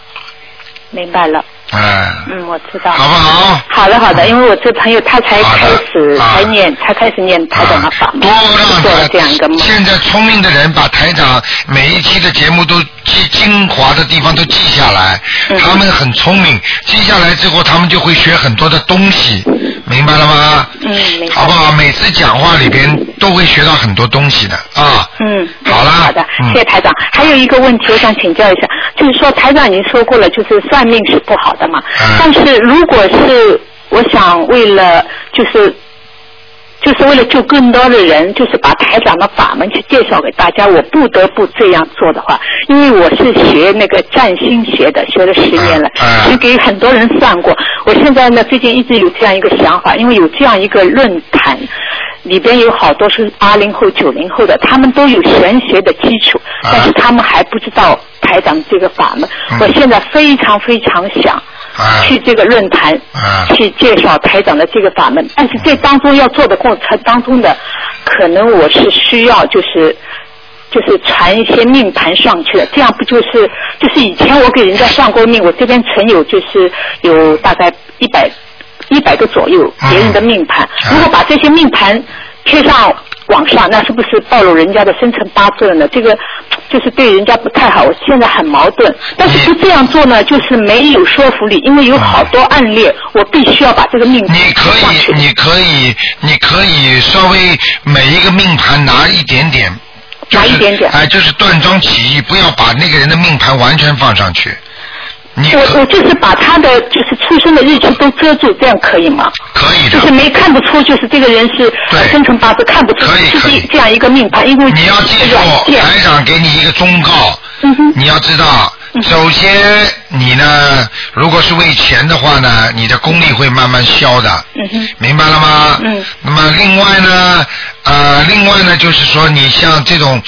Speaker 2: 明白了。
Speaker 1: 哎、
Speaker 2: 嗯，我知道。
Speaker 1: 好不好？
Speaker 2: 好的，好的，因为我这朋友他才开始才念，才开始念
Speaker 1: 啊
Speaker 2: 他的法门，做了这样一个梦。
Speaker 1: 现在聪明的人把台长每一期的节目都记精华的地方都记下来，
Speaker 2: 嗯
Speaker 1: 他们很聪明，记下来之后他们就会学很多的东西，明白了吗？
Speaker 2: 嗯，
Speaker 1: 好不好？每次讲话里边都会学到很多东西的啊。
Speaker 2: 嗯，
Speaker 1: 好啦，
Speaker 2: 好的，谢谢台长。还有一个问题，我想请教一下，就是说台长已经说过了，就是算命是不好的嘛。
Speaker 1: 嗯
Speaker 2: 但是如果是我想为了就是就是为了救更多的人，就是把台长的法门去介绍给大家，我不得不这样做的话，因为我是学那个占星学的，学了十年了，
Speaker 1: 嗯
Speaker 2: 也给很多人算过。我现在呢，最近一直有这样一个想法，因为有这样一个论坛，里边有好多是八零后、九零后的，他们都有玄学的基础，但是他们还不知道台长这个法门。我现在非常非常想嗯去这个论坛
Speaker 1: 啊
Speaker 2: 去介绍台长的这个法门，但是这当中要做的过程当中的，可能我是需要就是。就是传一些命盘上去的，这样不就是就是以前我给人家算过命，我这边存有就是有大概一百一百个左右别人的命盘，如果把这些命盘贴上网上，那是不是暴露人家的生辰八字了呢？这个就是对人家不太好。我现在很矛盾，但是不这样做呢，就是没有说服力，因为有好多案例，我必须要把这个命盘
Speaker 1: 可以，啊你可以，你可以稍微每一个命盘拿一点点，就是、拿一点点，哎，就是断章取义，不要把那个人的命盘完全放上去。
Speaker 2: 我我就是把他的就是出生的日期都遮住，这样可以吗？
Speaker 1: 可以
Speaker 2: 的。就是没看不出，就是这个人是生辰八字看不出，就是这样一个命盘，因为你要
Speaker 1: 记住，哎台长给你一个忠告，你要知道，首先你呢，如果是为钱的话呢，你的功力会慢慢消的，明白了吗？嗯。那么另外呢，呃，另外呢，就是说你像这种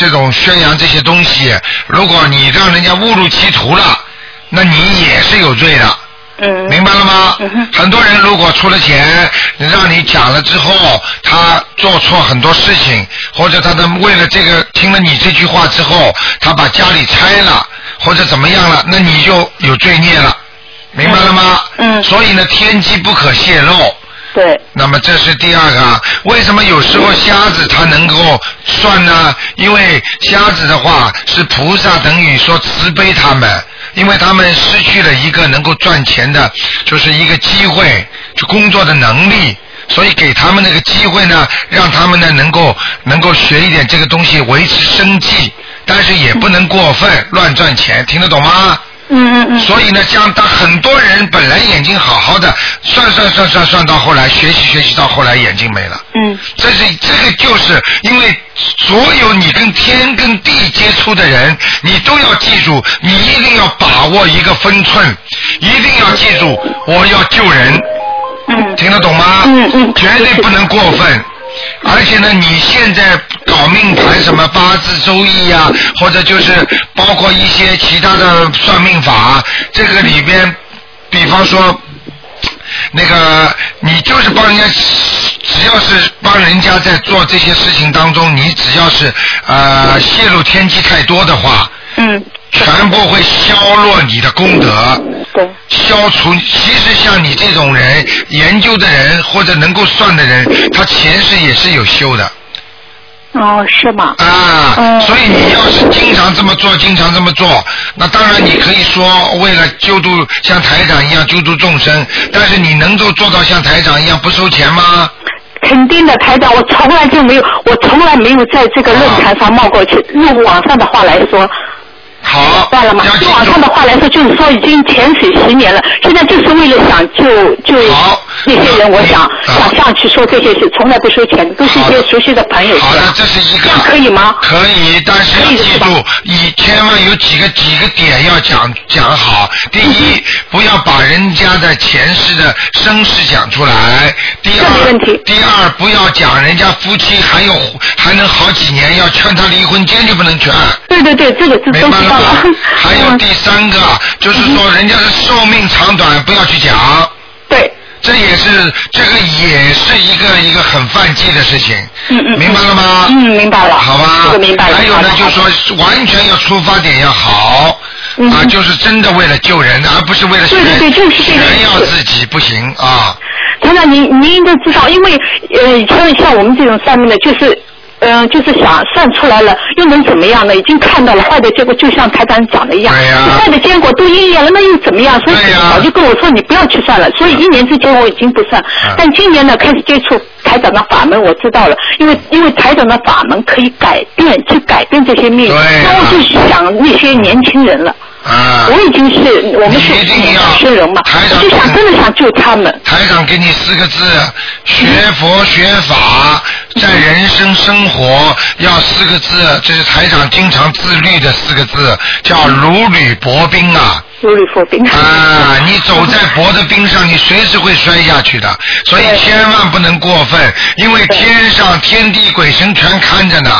Speaker 1: 这种宣扬这些东西，如果你让人家误入歧途了，那你也是有罪的。
Speaker 2: 嗯，
Speaker 1: <laughs> 明白了吗？很多人如果出了钱，让你讲了之后，他做错很多事情，或者他的为了这个听了你这句话之后，他把家里拆了，或者怎么样了，那你就有罪孽了，明白了吗？嗯。所以呢，天机不可泄露。
Speaker 2: 对。
Speaker 1: 那么这是第二个啊，为什么有时候瞎子他能够算呢？因为瞎子的话是菩萨等于说慈悲他们，因为他们失去了一个能够赚钱的，就是一个机会，就工作的能力。所以给他们那个机会呢，让他们呢能够能够学一点这个东西维持生计，但是也不能过分乱赚钱，听得懂吗？
Speaker 2: 嗯嗯嗯。
Speaker 1: 所以呢，像他很多人本来眼睛好好的，算算算算算到后来，学习学习到后来眼睛没了。
Speaker 2: 嗯。
Speaker 1: 这是这个就是因为所有你跟天跟地接触的人，你都要记住，你一定要把握一个分寸，一定要记住我要救人。
Speaker 2: 嗯。
Speaker 1: 听得懂吗？
Speaker 2: 嗯嗯。
Speaker 1: 绝对不能过分。而且呢，你现在搞命盘什么八字周易呀、或者就是包括一些其他的算命法，这个里边，比方说那个你就是帮人家，只要是帮人家在做这些事情当中，你只要是呃泄露天机太多的话，
Speaker 2: 嗯，
Speaker 1: 全部会削弱你的功德，
Speaker 2: 对，
Speaker 1: 消除。其实像你这种人，研究的人或者能够算的人，他前世也是有修的。
Speaker 2: 哦，是吗？
Speaker 1: 啊，
Speaker 2: 哦
Speaker 1: 所以你要是经常这么做，经常这么做，那当然你可以说为了救助像台长一样救助众生，但是你能够做到像台长一样不收钱吗？
Speaker 2: 肯定的，台长，我从来就没有，我从来没有在这个论坛上冒过去。用网上的话来说，
Speaker 1: 好，
Speaker 2: 明白了吗？用网上的话来说，就是说已经潜水十年了，现在就是为了想救救那些人，我想想上去说这些事，从来不收钱，都是一些熟悉的朋友。
Speaker 1: 好的，这是一个。
Speaker 2: 可以吗？
Speaker 1: 可以，但是要记住，你千万有几个几个点要讲讲好。第一，不要把人家的前世的身世讲出来。第二，第二，不要讲人家夫妻还有还能好几年，要劝他离婚，坚决不能劝。
Speaker 2: 对对对，这个是
Speaker 1: 明白了嗯吗？ <laughs> 还有第三个，就是说人家的寿命长短不要去讲。
Speaker 2: <laughs> 对。
Speaker 1: 这也是这个也是一个一个很犯忌的事情。嗯嗯。明白了吗？
Speaker 2: 嗯，明白了。
Speaker 1: 好吧。
Speaker 2: 这个明白了
Speaker 1: 还有呢
Speaker 2: 好的，
Speaker 1: 就是说完全要出发点要好。啊，就是真的为了救人，而不是为了
Speaker 2: 嗯对对对就是这个
Speaker 1: 炫耀
Speaker 2: 意思
Speaker 1: 自己不行啊。
Speaker 2: 团长，您您应该知道，因为呃，像像我们这种算命的，就是。嗯、就是想算出来了，又能怎么样呢？已经看到了坏的结果，就像台长讲的一样，坏的结果都应验了，那又怎么样？所以早就跟我说你不要去算了。所以一年之前我已经不算，但今年呢开始接触台长的法门，我知道了，因为因为台长的法门可以改变，去改变这些命运。那我就想那些年轻人了。
Speaker 1: 啊。
Speaker 2: 我已经是我们是年轻人嘛，我就想真的想救他们。
Speaker 1: 台长给你四个字：学佛学法，在人生生活要四个字，这是台长经常自律的四个字，叫如履薄冰啊。
Speaker 2: 如履薄冰
Speaker 1: 啊！你走在薄的冰上，你随时会摔下去的，所以千万不能过分，因为天上天地鬼神全看着呢。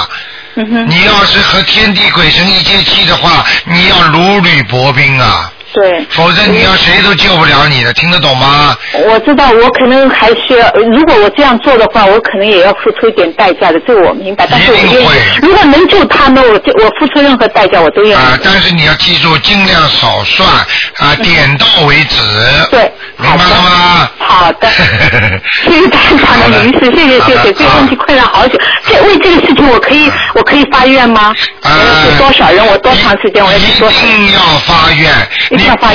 Speaker 2: 嗯
Speaker 1: 你要是和天地鬼神一接气的话，你要如履薄冰啊。
Speaker 2: <laughs> 对。
Speaker 1: 否则你要谁都救不了你的，听得懂吗？
Speaker 2: 我知道，我可能还需要，如果我这样做的话，我可能也要付出一点代价的，这我明白。但是我愿意，如果能救他们，我就我付出任何代价我都愿意。
Speaker 1: 啊，但是你要记住，尽量少算啊，点到为止。
Speaker 2: 嗯对，
Speaker 1: 明白了吗？
Speaker 2: 好
Speaker 1: <laughs>
Speaker 2: 的。谢谢大家的您是，谢谢谢谢，这个问题困扰好久。这为这个事情，我可以我可以发愿吗？我哎
Speaker 1: 啊
Speaker 2: 要救多少人？我多长时间？我要救多少人？
Speaker 1: 一定要发愿，你不发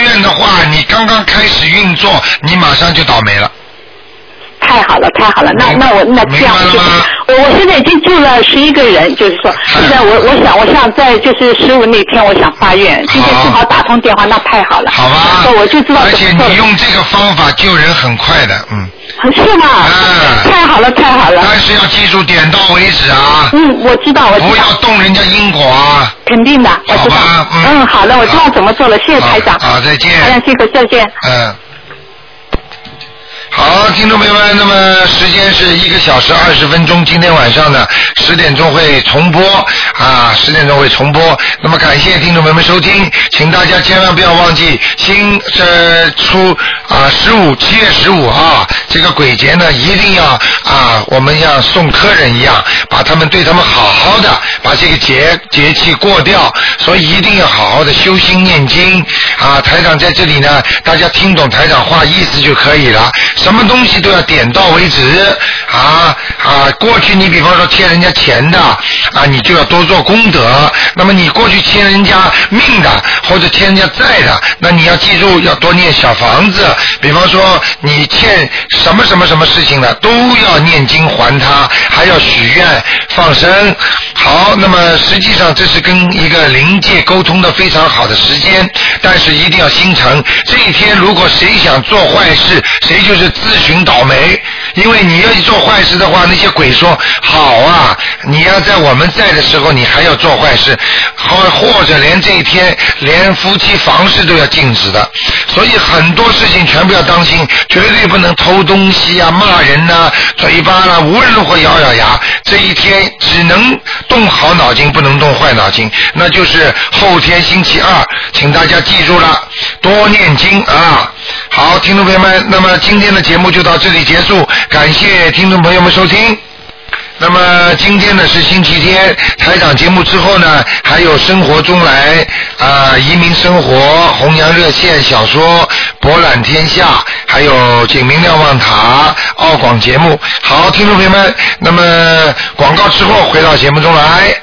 Speaker 1: 愿的话，你刚刚开始运作，你马上就倒霉了。
Speaker 2: 太好了，太好了，那那我那这样我就是，我我现在已经救了十一个人，就是说，现在我我想我想在就是十五那天我想发愿，今天正好打通电话，那太好了，好吧，我就知道
Speaker 1: 而
Speaker 2: 怎
Speaker 1: 且
Speaker 2: 么做
Speaker 1: 你
Speaker 2: 了，
Speaker 1: 用这个方法救人很快的，嗯。
Speaker 2: 是吗？太好了，太好了，
Speaker 1: 但是要记住点到为止啊。
Speaker 2: 嗯，我知道，我知道，
Speaker 1: 不要动人家因果啊。
Speaker 2: 肯定的，我知道，嗯，好了，我知道怎么做了，谢谢台长，哎
Speaker 1: 好，再见。
Speaker 2: 台长辛苦，再见。
Speaker 1: 嗯。好，听众朋友们，那么时间是一个小时二十分钟，今天晚上呢十点钟会重播啊，十点钟会重播。那么感谢听众朋友们收听，请大家千万不要忘记新这初啊十五七月十五啊，这个鬼节呢一定要啊，我们像送客人一样，把他们对他们好好的把这个节节气过掉，所以一定要好好的修心念经啊。台长在这里呢，大家听懂台长话意思就可以了。什么东西都要点到为止啊啊！过去你比方说欠人家钱的啊，你就要多做功德。那么你过去欠人家命的或者欠人家债的，那你要记住要多念小房子。比方说你欠什么什么什么事情的，都要念经还他，还要许愿放生。好，那么实际上这是跟一个灵界沟通的非常好的时间，但是一定要心诚。这一天如果谁想做坏事，谁就是自寻倒霉。因为你要一做坏事的话，那些鬼说好啊，你要在我们在的时候，你还要做坏事，或或者连这一天连夫妻房事都要禁止的。所以很多事情全部要当心，绝对不能偷东西啊、骂人呐、嘴巴啦、无论如何咬咬牙。这一天只能动好脑筋，不能动坏脑筋，那就是后天星期二，请大家记住了，多念经啊。好，听众朋友们，那么今天的节目就到这里结束，感谢听众朋友们收听。那么么今天呢是星期天，台长节目之后呢，还有生活中来啊、移民生活、弘扬热线、小说、博览天下，还有警民瞭望塔、澳广节目。好，听众朋友们，那么广告之后回到节目中来。